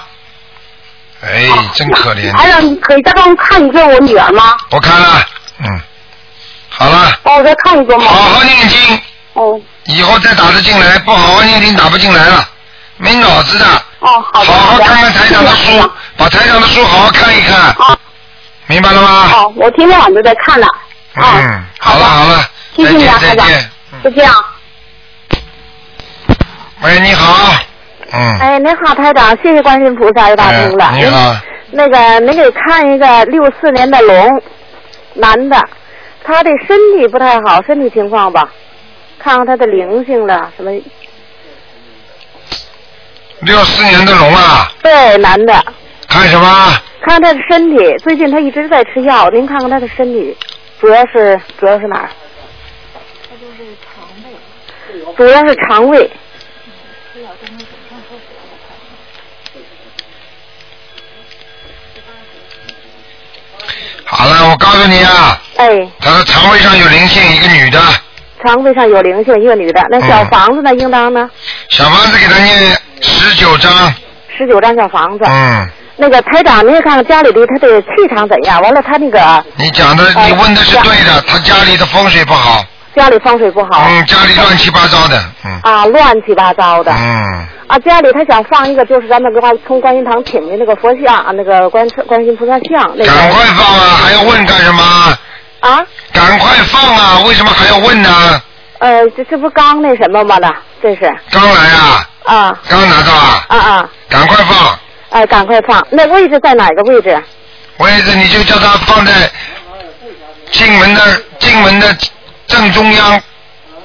A: 哎，
F: 哦
A: 真可怜，
F: 台长可以再帮我看一个我女儿吗？
A: 我看了，嗯，好了，
F: 帮我再看一个
A: 好
F: 吗？
A: 好念经，
F: 哦
A: 以后再打得进来，不好好念经打不进来了，没脑子的，
F: 哦，好的
A: 好好
F: 的
A: 看看台长的
F: 谢谢台
A: 书
F: 长，
A: 把台长的书好好看一看，
F: 哦
A: 明白了吗？
F: 好，哦我天天晚上都在看了。
A: 嗯，好了
F: 吧
A: 好了，
F: 谢谢
A: 再
F: 你
A: 见
F: 啊，
A: 再
F: 台长
A: 见。，
F: 就这样。
A: 喂，你好，嗯，
H: 哎，您好，台长，谢谢观世音菩萨又打通了。
A: 哎你好，
H: 那个，您给看一个六四年的龙，男的，他的身体不太好，身体情况吧，看看他的灵性了什么？
A: 六四年的龙啊，
H: 对，男的，
A: 看什么？
H: 看看他的身体，最近他一直在吃药，您看看他的身体，主要是主要是哪儿？主要是肠胃，
A: 好了，我告诉你啊，
H: 哎，
A: 他的肠胃上有灵性，一个女的，
H: 肠胃上有灵性，一个女的。那小
A: 嗯
H: 房子呢？应当呢？
A: 小房子给他念十九章，
H: 十九张小房子。
A: 嗯，
H: 那个台长，您也看看家里的他的气场怎样？完了，他那个
A: 你讲的
H: 哎
A: 你问的是对的，他家里的风水不好，
H: 家里风水不好、
A: 嗯，家里乱七八糟的，嗯
H: 啊，乱七八糟的、
A: 嗯，
H: 啊。家里他想放一个，就是咱们观从观音堂请的那个佛像，啊，那个观观世音菩萨像那
A: 赶
H: 个
A: 快放啊，还要问干什么？
H: 啊，
A: 赶快放啊，为什么还要问呢？
H: 呃，这这不刚那什么吗呢？这是
A: 刚来啊，
H: 啊
A: 刚拿到啊，
H: 啊啊，
A: 赶快放。
H: 哎、赶快放。那位置在哪个位置？
A: 我意思你就叫他放在进门的进门的正中央，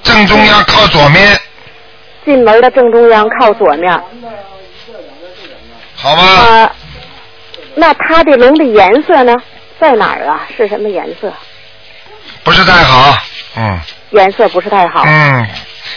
A: 正中央靠左面，
H: 进门的正中央靠左面。
A: 好吗？
H: 啊，那它这龙的颜色呢，在哪儿啊？是什么颜色？
A: 不是太好，嗯
H: 颜色不是太好，
A: 嗯，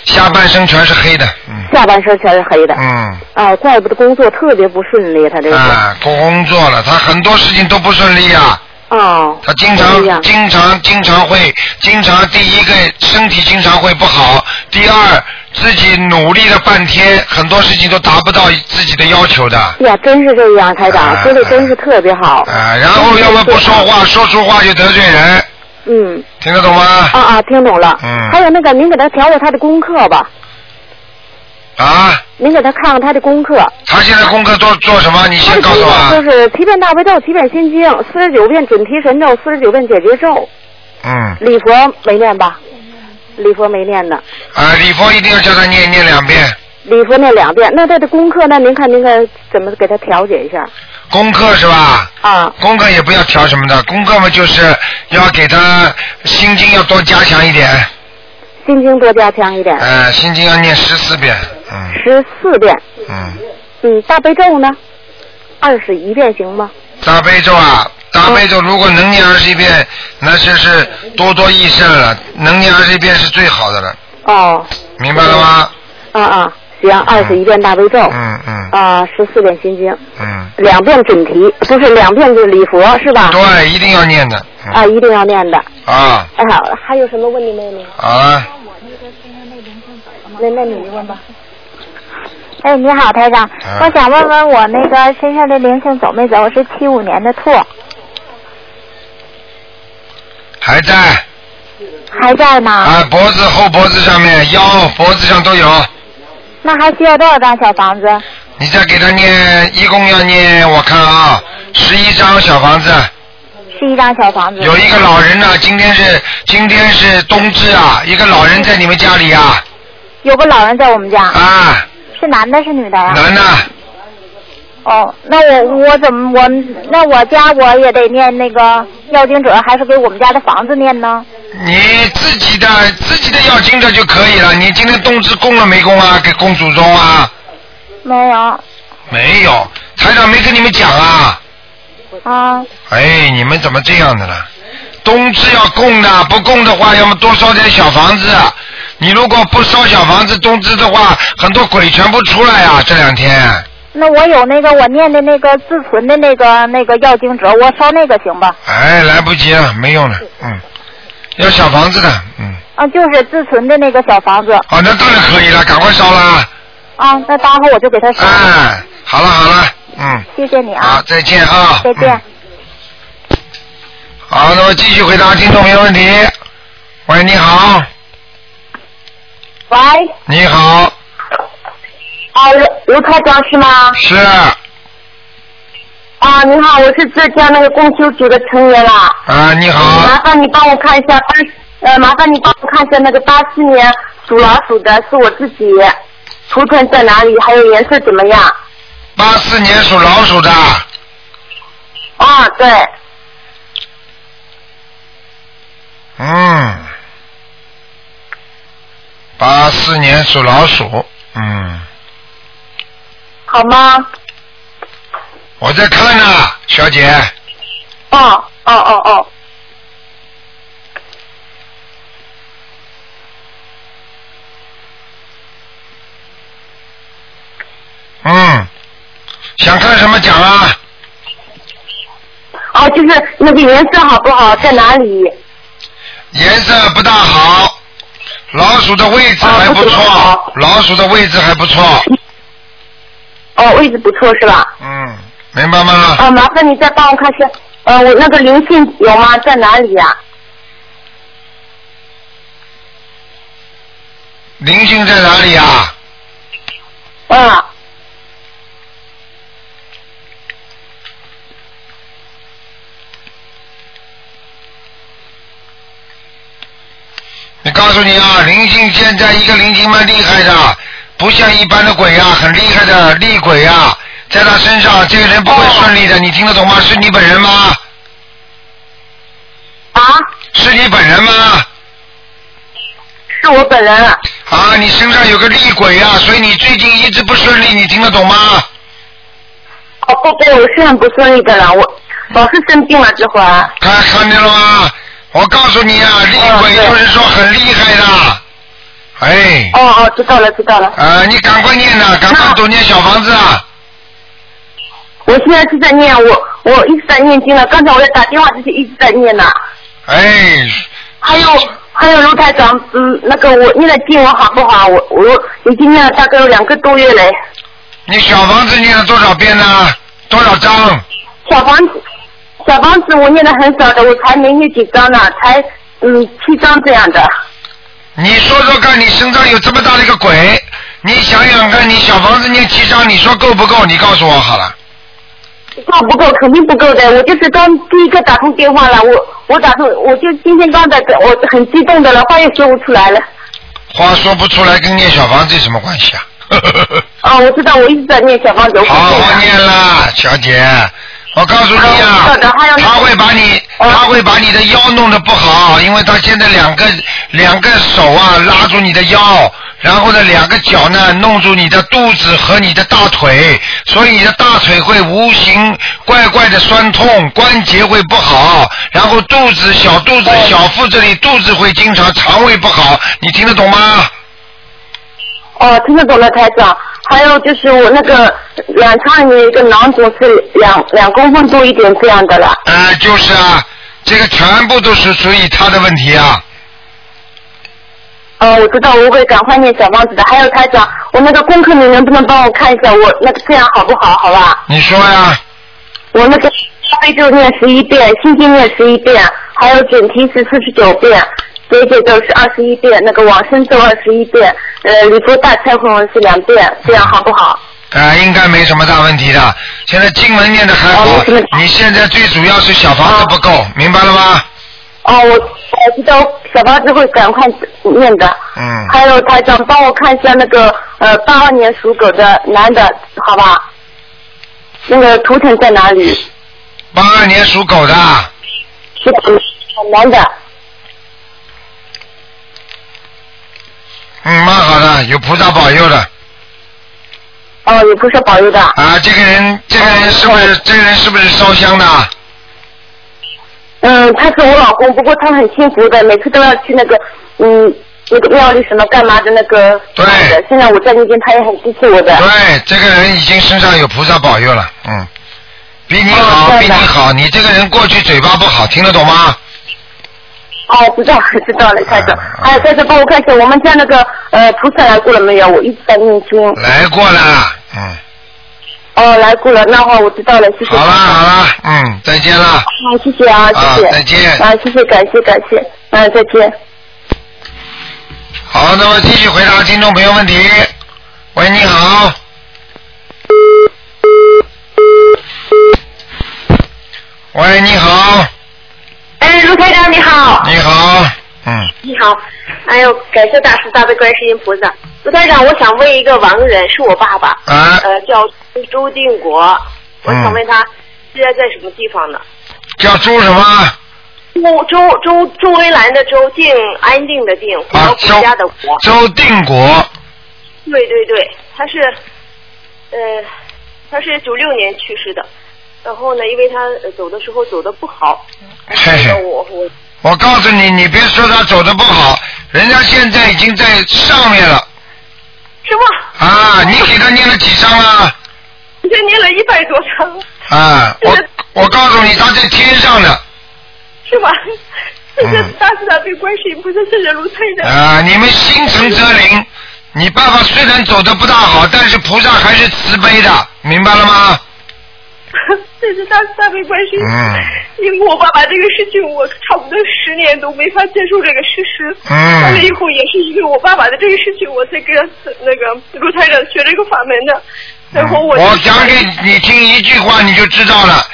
A: 下半身全是黑的，嗯
H: 下半身全是黑的。
A: 嗯。
H: 啊，怪不得工作特别不顺利，他这个。
A: 啊，工作了，他很多事情都不顺利啊。
H: 哦。
A: 他经
H: 哎呀
A: 常经常经常会经常第一个身体经常会不好，第二自己努力了半天，很多事情都达不到自己的要求的。
H: 哎呀，真是这样，台
A: 啊
H: 长说的真是特别好。
A: 啊，然后要么不说话，说出话就得罪人，
H: 嗯，
A: 听得懂吗？
H: 啊啊，听懂了。
A: 嗯
H: 还有那个，您给他调调他的功课吧，
A: 啊，
H: 您给他看看他的功课。
A: 他现在功课做做什么？你
H: 他
A: 先
H: 的
A: 告
H: 功
A: 诉我啊
H: 课。就是七遍大悲咒，七遍心经，四十九遍准提神咒，四十九遍解结咒，
A: 嗯，
H: 礼佛没念吧？礼佛没念呢，
A: 啊，礼佛一定要叫他念念两遍。
H: 礼佛念两遍。那他的功课，那您看您看怎么给他调节一下
A: 功课是吧？
H: 啊？
A: 功课也不要调什么的，功课嘛就是要给他心经要多加强一点，
H: 心经多加强一点，
A: 呃，心经要念十四遍，嗯
H: 十四遍。
A: 嗯，
H: 嗯，大悲咒呢？二十一遍行吗？
A: 大悲咒啊，大悲咒如果能念二十一遍，那就是多多益善了，能念二十一遍是最好的了，
H: 哦，
A: 明白了吗？
H: 啊啊，行，二十一遍大悲咒，
A: 嗯嗯
H: 啊，十四遍心经，
A: 嗯，
H: 两遍准提，不是两遍就是礼佛是吧？
A: 对，一定要念的，
H: 啊，
A: 嗯
H: 一定要念的。
A: 啊，
H: 哎，好，还有什么问题没有？您
A: 好了，
H: 那那你问吧。哎，你好，台长
A: 嗯我
H: 想问问我那个身上的
G: 灵性走没走？我是七五年的兔，
A: 还在
G: 还在吗？
A: 啊，脖子后脖子上面、腰、脖子上都有，
G: 那还需要多少张小房子？
A: 你再给他念，一共要念，我看啊，十一张小房子。
G: 是一张小房子。
A: 有一个老人呐、啊今天是今天是冬至啊，一个老人在你们家里啊
G: 有个老人在我们家，
A: 啊，
G: 是男的，是女的呀？
A: 男的，
G: 哦，那我我怎么我那我家我也得念那个要经者，还是给我们家的房子念呢？
A: 你自己的自己的要经者就可以了。你今天冬至供了没供啊？给供祖宗啊？
G: 没有
A: 没有，台长没跟你们讲啊。
D: 哦
G: 啊，
A: 哎，你们怎么这样的了？冬至要供的，不供的话，要么多烧点小房子。你如果不烧小房子，冬至的话，很多鬼全部出来啊！这两天
G: 那我有那个我念的那个自存的那个那个要经者，我烧那个行吧？
A: 哎，来不及了，没用了，嗯，要小房子的，嗯，
G: 啊，就是自存的那个小房子
A: 哦，那当然可以了，赶快烧啦，
G: 啊，那待会我就给他烧了。
A: 哎，好了好了，嗯，
G: 谢谢你啊
A: 好，，再见啊，
G: 再见。
A: 嗯好，那么继续回答听众朋友问题。喂，你好，
I: 喂，
A: 你好，
I: 啊，卢卢台长是吗？
A: 是，
I: 啊，你好，我是浙江那个供修组的成员啦。
A: 啊，你
I: 麻
A: 好，
I: 烦你帮我看一下八，呃，麻烦你帮我看一下那个八七年属老鼠的，是我自己，图腾在哪里，还有颜色怎么样？
A: 八四年属老鼠的，
I: 啊，对，
A: 嗯，八四年属老鼠，嗯，
I: 好吗？
A: 我在看呢、小姐，
I: 哦，哦哦哦，
A: 嗯，想看什么讲啊？
I: 哦，就是那个颜色好不好，在哪里？
A: 颜色不大好，老鼠的位置
I: 啊
A: 还不
I: 不怎么
A: 错，
I: 好
A: 老鼠的位置还不错，
I: 哦，位置不错是吧？
A: 嗯，明白吗？
I: 啊，麻烦你再帮我看一下，呃，我那个灵性有吗？在哪里啊呀、
A: 灵性在哪里啊？
I: 嗯，
A: 你告诉你啊，灵性现在一个灵性蛮厉害的，不像一般的鬼啊，很厉
I: 哦
A: 害的厉鬼啊，在他身上，这个人不会顺利的，你听得懂吗？是你本人吗？
I: 啊
A: 是你本人吗？
I: 是我本人啊。
A: 啊，你身上有个厉鬼啊，所以你最近一直不顺利，你听得懂吗？
I: 哦不不，我是很不顺利的了，我老是生病了这会儿。
A: 看看见了吗？我告诉你啊，厉
I: 哦
A: 鬼就是说很厉害的，哎，
I: 哦哦，知道了知道了，
A: 啊，你赶快念呐、赶快多念小房子啊，
I: 我现在是在念，我我一直在念经了，刚才我在打电话之前一直在念呢。
A: 哎，
I: 还有还有卢台长，嗯，那个我念的经文好不好？我我已经念了大概有两个多月嘞。
A: 你小房子念了多少遍呢、多少章？
I: 小房子，小房子我念的很少的，我才没念几张呢，才嗯七张这样的。
A: 你说说看，你身上有这么大的一个鬼，你想想看，你小房子念七章，你说够不够？你告诉我好了。
I: 够不够？肯定不够的。我就是刚第一个打通电话了，我我打通，我就今天刚打的，我很激动的了，话也说不出来了。
A: 话说不出来，跟念小房子有什么关系啊？
I: 啊，我知道，我一直在念小房子。我
A: 好好念啦，哎小姐，我告诉你
I: 好
A: 啊
I: 我知道的还有，那个哦
A: 他会把你，他会把你的腰弄得不好，因为他现在两个两个手啊拉住你的腰，然后呢两个脚呢弄住你的肚子和你的大腿，所以你的大腿会无形怪怪的酸痛，关节会不好，然后肚子小肚
I: 哦
A: 子小腹这里肚子会经常肠胃不好，你听得懂吗？
I: 哦，听得懂了，台长。还有就是我那个卵巢里面有一个囊肿是两两公分多一点这样的了。
A: 啊，就是啊，这个全部都是属于他的问题啊。
I: 呃，我知道，我会赶快念小房子的。还有台长，我那个功课你能不能帮我看一下？我那个这样好不好？好吧，
A: 你说呀，
I: 我那个大悲咒念十一遍，心经念十一遍，还有准提是四十九遍，解姐咒是二十一遍，那个往生咒二十一遍，呃，礼佛大忏悔文是两遍，这样好不好？
A: 啊，应该没什么大问题的。现在经文念的还好
I: 哦没什么，
A: 你现在最主要是小房子不够，明白了吗？
I: 哦，我我知道小房子会赶快念的。
A: 嗯，
I: 还有台长，帮我看一下那个呃八二年属狗的男的，好吧？那个图腾在哪里？
A: 八二年属狗的，
I: 是男的。
A: 嗯，蛮好的，有菩萨保佑的。
I: 哦，有菩萨保佑的。
A: 啊，这个人，这个人是不是，这个人是不是烧香的？
I: 嗯，他是我老公，不过他很幸福的，每次都要去那个嗯那个庙里什么干嘛的那个。
A: 对
I: 的现在我在那边，他也很支持我的。
A: 对，哎这个人已经身上有菩萨保佑了，嗯，比你好，
I: 哦
A: 比
I: 对
A: 你
I: 的
A: 好。你这个人过去嘴巴不好，听得懂吗？
I: 哦，知道了知道了，台长。
A: 嗯嗯
I: 还有台长，帮我看一下我们家那个呃菩萨来过了没有？我一直在念经。
A: 来过了，嗯，
I: 哦，来过了，那好，我知道了，谢谢。
A: 好啦好啦，嗯，再见啦，
I: 好，谢谢啊，
A: 啊
I: 谢谢，
A: 再见
I: 啊，谢谢，感谢，感谢，嗯，再见。
A: 好，那么继续回答听众朋友问题。喂，你好。喂，你好，
I: 哎，卢台长你好，
A: 你好，嗯，
I: 你好，哎呦，感谢大慈大悲观世音菩萨。卢台长，我想问一个亡人，是我爸爸，
A: 啊，嗯
I: 呃，叫周定国，我想问他现在在什么地方呢？
A: 叫朱什么？
I: 周周周周围兰的周，定安定的定，国
A: 啊，
I: 国
A: 周
I: 家的国。
A: 周定国，
I: 对对对，他是，呃，他是九六年去世的，然后呢，因为他呃走的时候走的不好，
A: 嘿
I: 那
A: 嗯嘿。
I: 我我
A: 我告诉你，你别说他走的不好，人家现在已经在上面了
I: 是吗？
A: 啊！你给他念了几章了？
I: 已经念了一百多章，
A: 啊，我我告诉你，他在天上呢。
I: 是吧？谢谢
A: 嗯
I: 大慈大悲观世音菩萨，谢谢卢太 长。
A: 啊，你们心诚则灵。你爸爸虽然走的不大好，但是菩萨还是慈悲的，明白了吗？
I: 这是大慈大悲观世音菩萨
A: 嗯
I: 因为我爸爸这个事情，我差不多十年都没法接受这个事实。
A: 嗯
I: 完了以后，也是因为我爸爸的这个事情，我才跟那个卢台长学这个法门的。然后我
A: 嗯
I: 就
A: 我讲给你听一句话，你就知道了。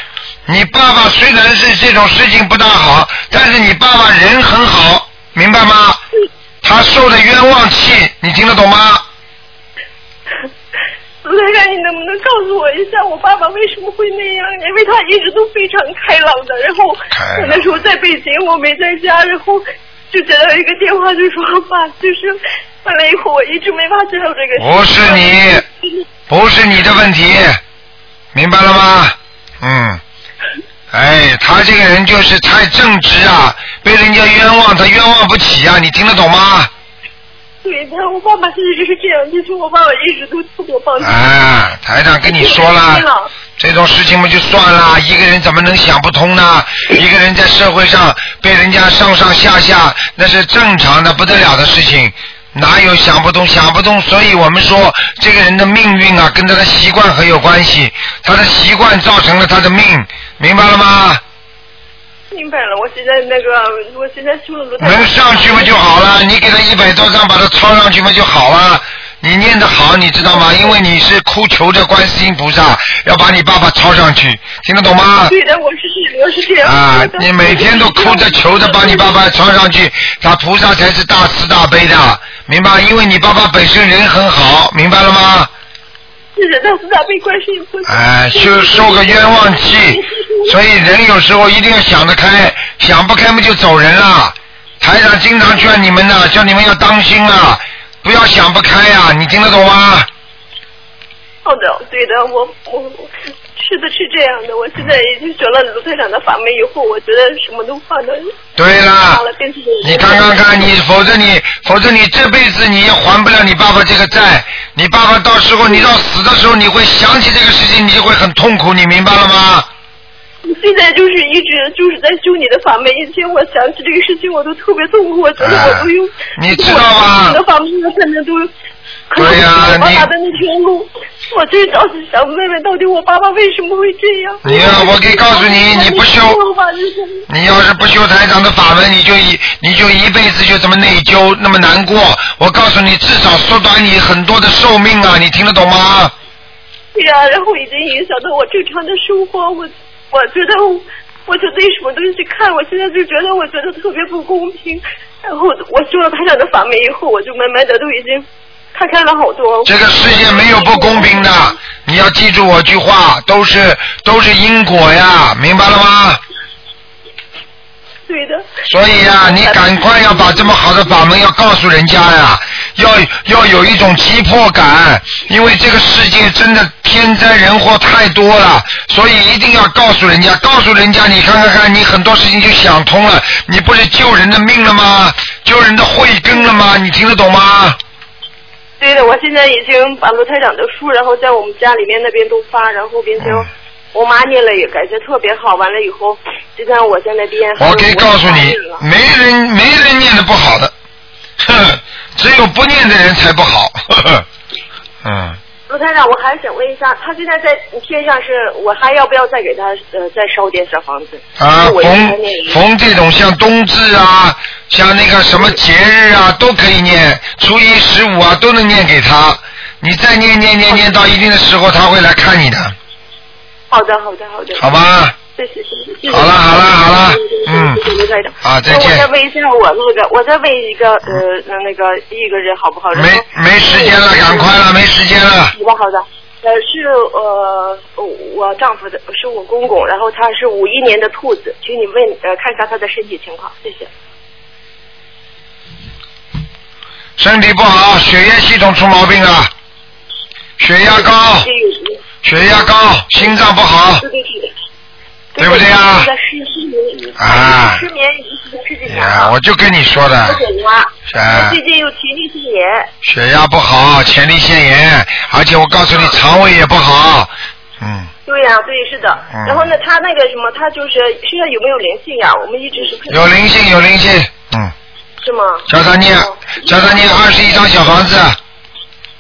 A: 你爸爸虽然是这种事情不大好，但是你爸爸人很好，明白吗？他受的冤枉气，你听得懂吗？
I: 卢
J: 卢台长，你能不能告诉我一下，我爸爸为什么会那样？因为他一直都非常开朗的，然后有的时候在北京，我没在家，然后就接到一个电话，就说爸，就是完了以后，我一直没法接受这个事。
A: 不是你，不是你的问题，明白了吗？嗯。哎，他这个人就是太正直啊，被人家冤枉，他冤枉不起啊，你听得懂吗？
J: 对，他我爸爸其实是这样，其实我爸爸一直都特别棒。
A: 啊，台长跟你说了，这种事情嘛就算了，一个人怎么能想不通呢？一个人在社会上被人家上上下下，那是正常的不得了的事情。哪有想不通？想不通，所以我们说这个人的命运啊，跟他的习惯很有关系。他的习惯造成了他的命，明白了吗？
J: 明白了，我现在那个，我现在修了卢台长。
A: 能上去嘛就好了，你给他一百多张，把他抄上去嘛就好了。你念得好，你知道吗？因为你是哭求着观世音菩萨要把你爸爸抄上去，听得懂吗？
J: 对的，我是我是这样。
A: 啊，你每天都哭着求着把你爸爸抄上去，他菩萨才是大慈大悲的，明白？因为你爸爸本身人很好，明白了吗？
J: 是的，但是他被观世音菩萨。
A: 哎，就受个冤枉气，所以人有时候一定要想得开，想不开嘛就走人了。台长经常劝你们呐、叫你们要当心啊，不要想不开呀、你听得懂吗？
J: 好的，对的，我我我是的，是这样的。我现在已经学了卢台长的法门以后，我觉得什么都放得
A: 对啦
J: 放了，变成
A: 你看看看你，否则你，否则你这辈子你也还不了你爸爸这个债。你爸爸到时候你到死的时候，你会想起这个事情，你就会很痛苦，你明白了吗？
J: 现在就是一直就是在修你的法门，以前我想起这个事情我都特别痛苦，我觉得我都用、
A: 啊你知道吗
J: 我你的法门我现在都。
A: 对呀
J: 我爸爸的那条路，我真倒是想问问，到底我爸爸为什么会这样？
A: 你要哎我可以告诉你你不修
J: 我爸爸就是
A: 你要是不修台长的法门，你就一你就一辈子就这么内疚，那么难过。我告诉你，至少缩短你很多的寿命啊！你听得懂吗？
J: 对呀、然后已经影响到我正常的生活，我我觉得我我就对什么东西看，我现在就觉得我觉得特别不公平。然后我修了台长的法门以后，我就慢慢的都已经看开了好多。
A: 这个世界没有不公平的，你要记住我句话，都是都是因果呀，明白了吗？
J: 对的。
A: 所以呀、你赶快要把这么好的法门要告诉人家呀，要要有一种急迫感，因为这个世界真的天灾人祸太多了，所以一定要告诉人家，告诉人家，你看看看，你很多事情就想通了，你不是救人的命了吗？救人的慧根了吗？你听得懂吗？
J: 对的，我现在已经把罗台长的书，然后在我们家里面那边都发，然后并且我妈念了也感觉特别好。完了以后，就像嗯我现在边，
A: 我可以告诉你，没人没人念的不好的，哼，只有不念的人才不好。呵呵嗯，
J: 罗台长，我还想问一下，他现在在天上是，我还要不要再给他呃再烧点小房子？
A: 啊，
J: 我应该
A: 逢
J: 念一个
A: 逢这种像冬至啊，像那个什么节日啊，都可以念，初一十五啊都能念给他。你再念念念念到一定的时候，他会来看你的，
J: 好的，好的，好的。
A: 好吧？
J: 谢谢，谢谢。
A: 好了好了好了，嗯
J: 谢谢卢台长。
A: 啊再见
J: 那我再问一下我那个，我再问一个呃那个一个人好不好？然后
A: 没没时间了，赶快了，没时间了。
J: 好的好的，呃是呃我丈夫的是我公公，然后他是五一年的兔子，请你问呃看一下他的身体情况，谢谢。
A: 身体不好，血液系统出毛病了，血压高，血压高，心脏不好，
J: 对对对。
A: 对不对啊呀
J: 现在失失眠，
A: 啊哎
J: 失眠是这样
A: 呀，我就跟你说的
J: 我，给他，
A: 啊
J: 我最近又体力性炎，
A: 血压不好，前列腺炎，而且我告诉你，肠胃也不好，嗯，
J: 对呀、对，是的。
A: 嗯
J: 然后呢，他那个什么，他就是身上有没有灵性呀？我们一直是看
A: 有灵性，有灵性，嗯，
J: 是吗？哦
A: 叫他念，叫他念二十一张小房子，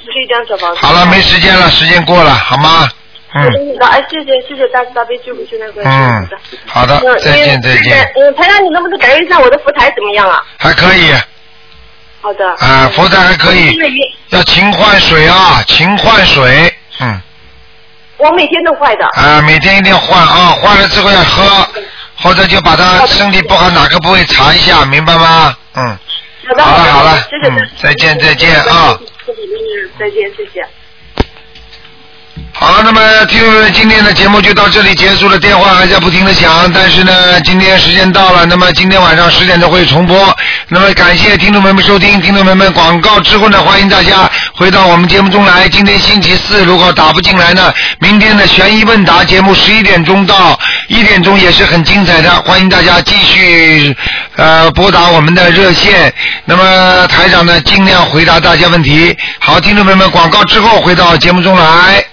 J: 就是一张小房子。
A: 好了，没时间了，时间过了，好吗？嗯，
J: 嗯。哎，谢谢谢谢大慈大悲救苦救难观世音菩萨。
A: 好的
J: 嗯，
A: 再见
J: 嗯
A: 再见，
J: 嗯，台长，你能不能感应一下我的佛台怎么样啊？
A: 还可以，
J: 好的。
A: 啊，佛台还可以
J: 我，每天
A: 要勤换水啊，勤换水，嗯。
J: 我每天都坏的。
A: 啊，每天一定要换啊，换了之后要喝，或者就把他身体不好哪个部位查一下，明白吗？嗯，
J: 好的
A: 好了
J: 的
A: 好了
J: 谢谢。
A: 嗯再见再见啊。
J: 嗯，再见，谢谢。
A: 好，那么听众朋友们，今天的节目就到这里结束了，电话还在不停的响，但是呢，今天时间到了，那么今天晚上十点钟会重播。那么感谢听众朋友们收听，听众朋友们，广告之后呢，欢迎大家回到我们节目中来。今天星期四，如果打不进来呢，明天的悬疑问答节目十一点钟到一点钟也是很精彩的，欢迎大家继续呃拨打我们的热线。那么台长呢，尽量回答大家问题。好，听众朋友们，广告之后回到节目中来。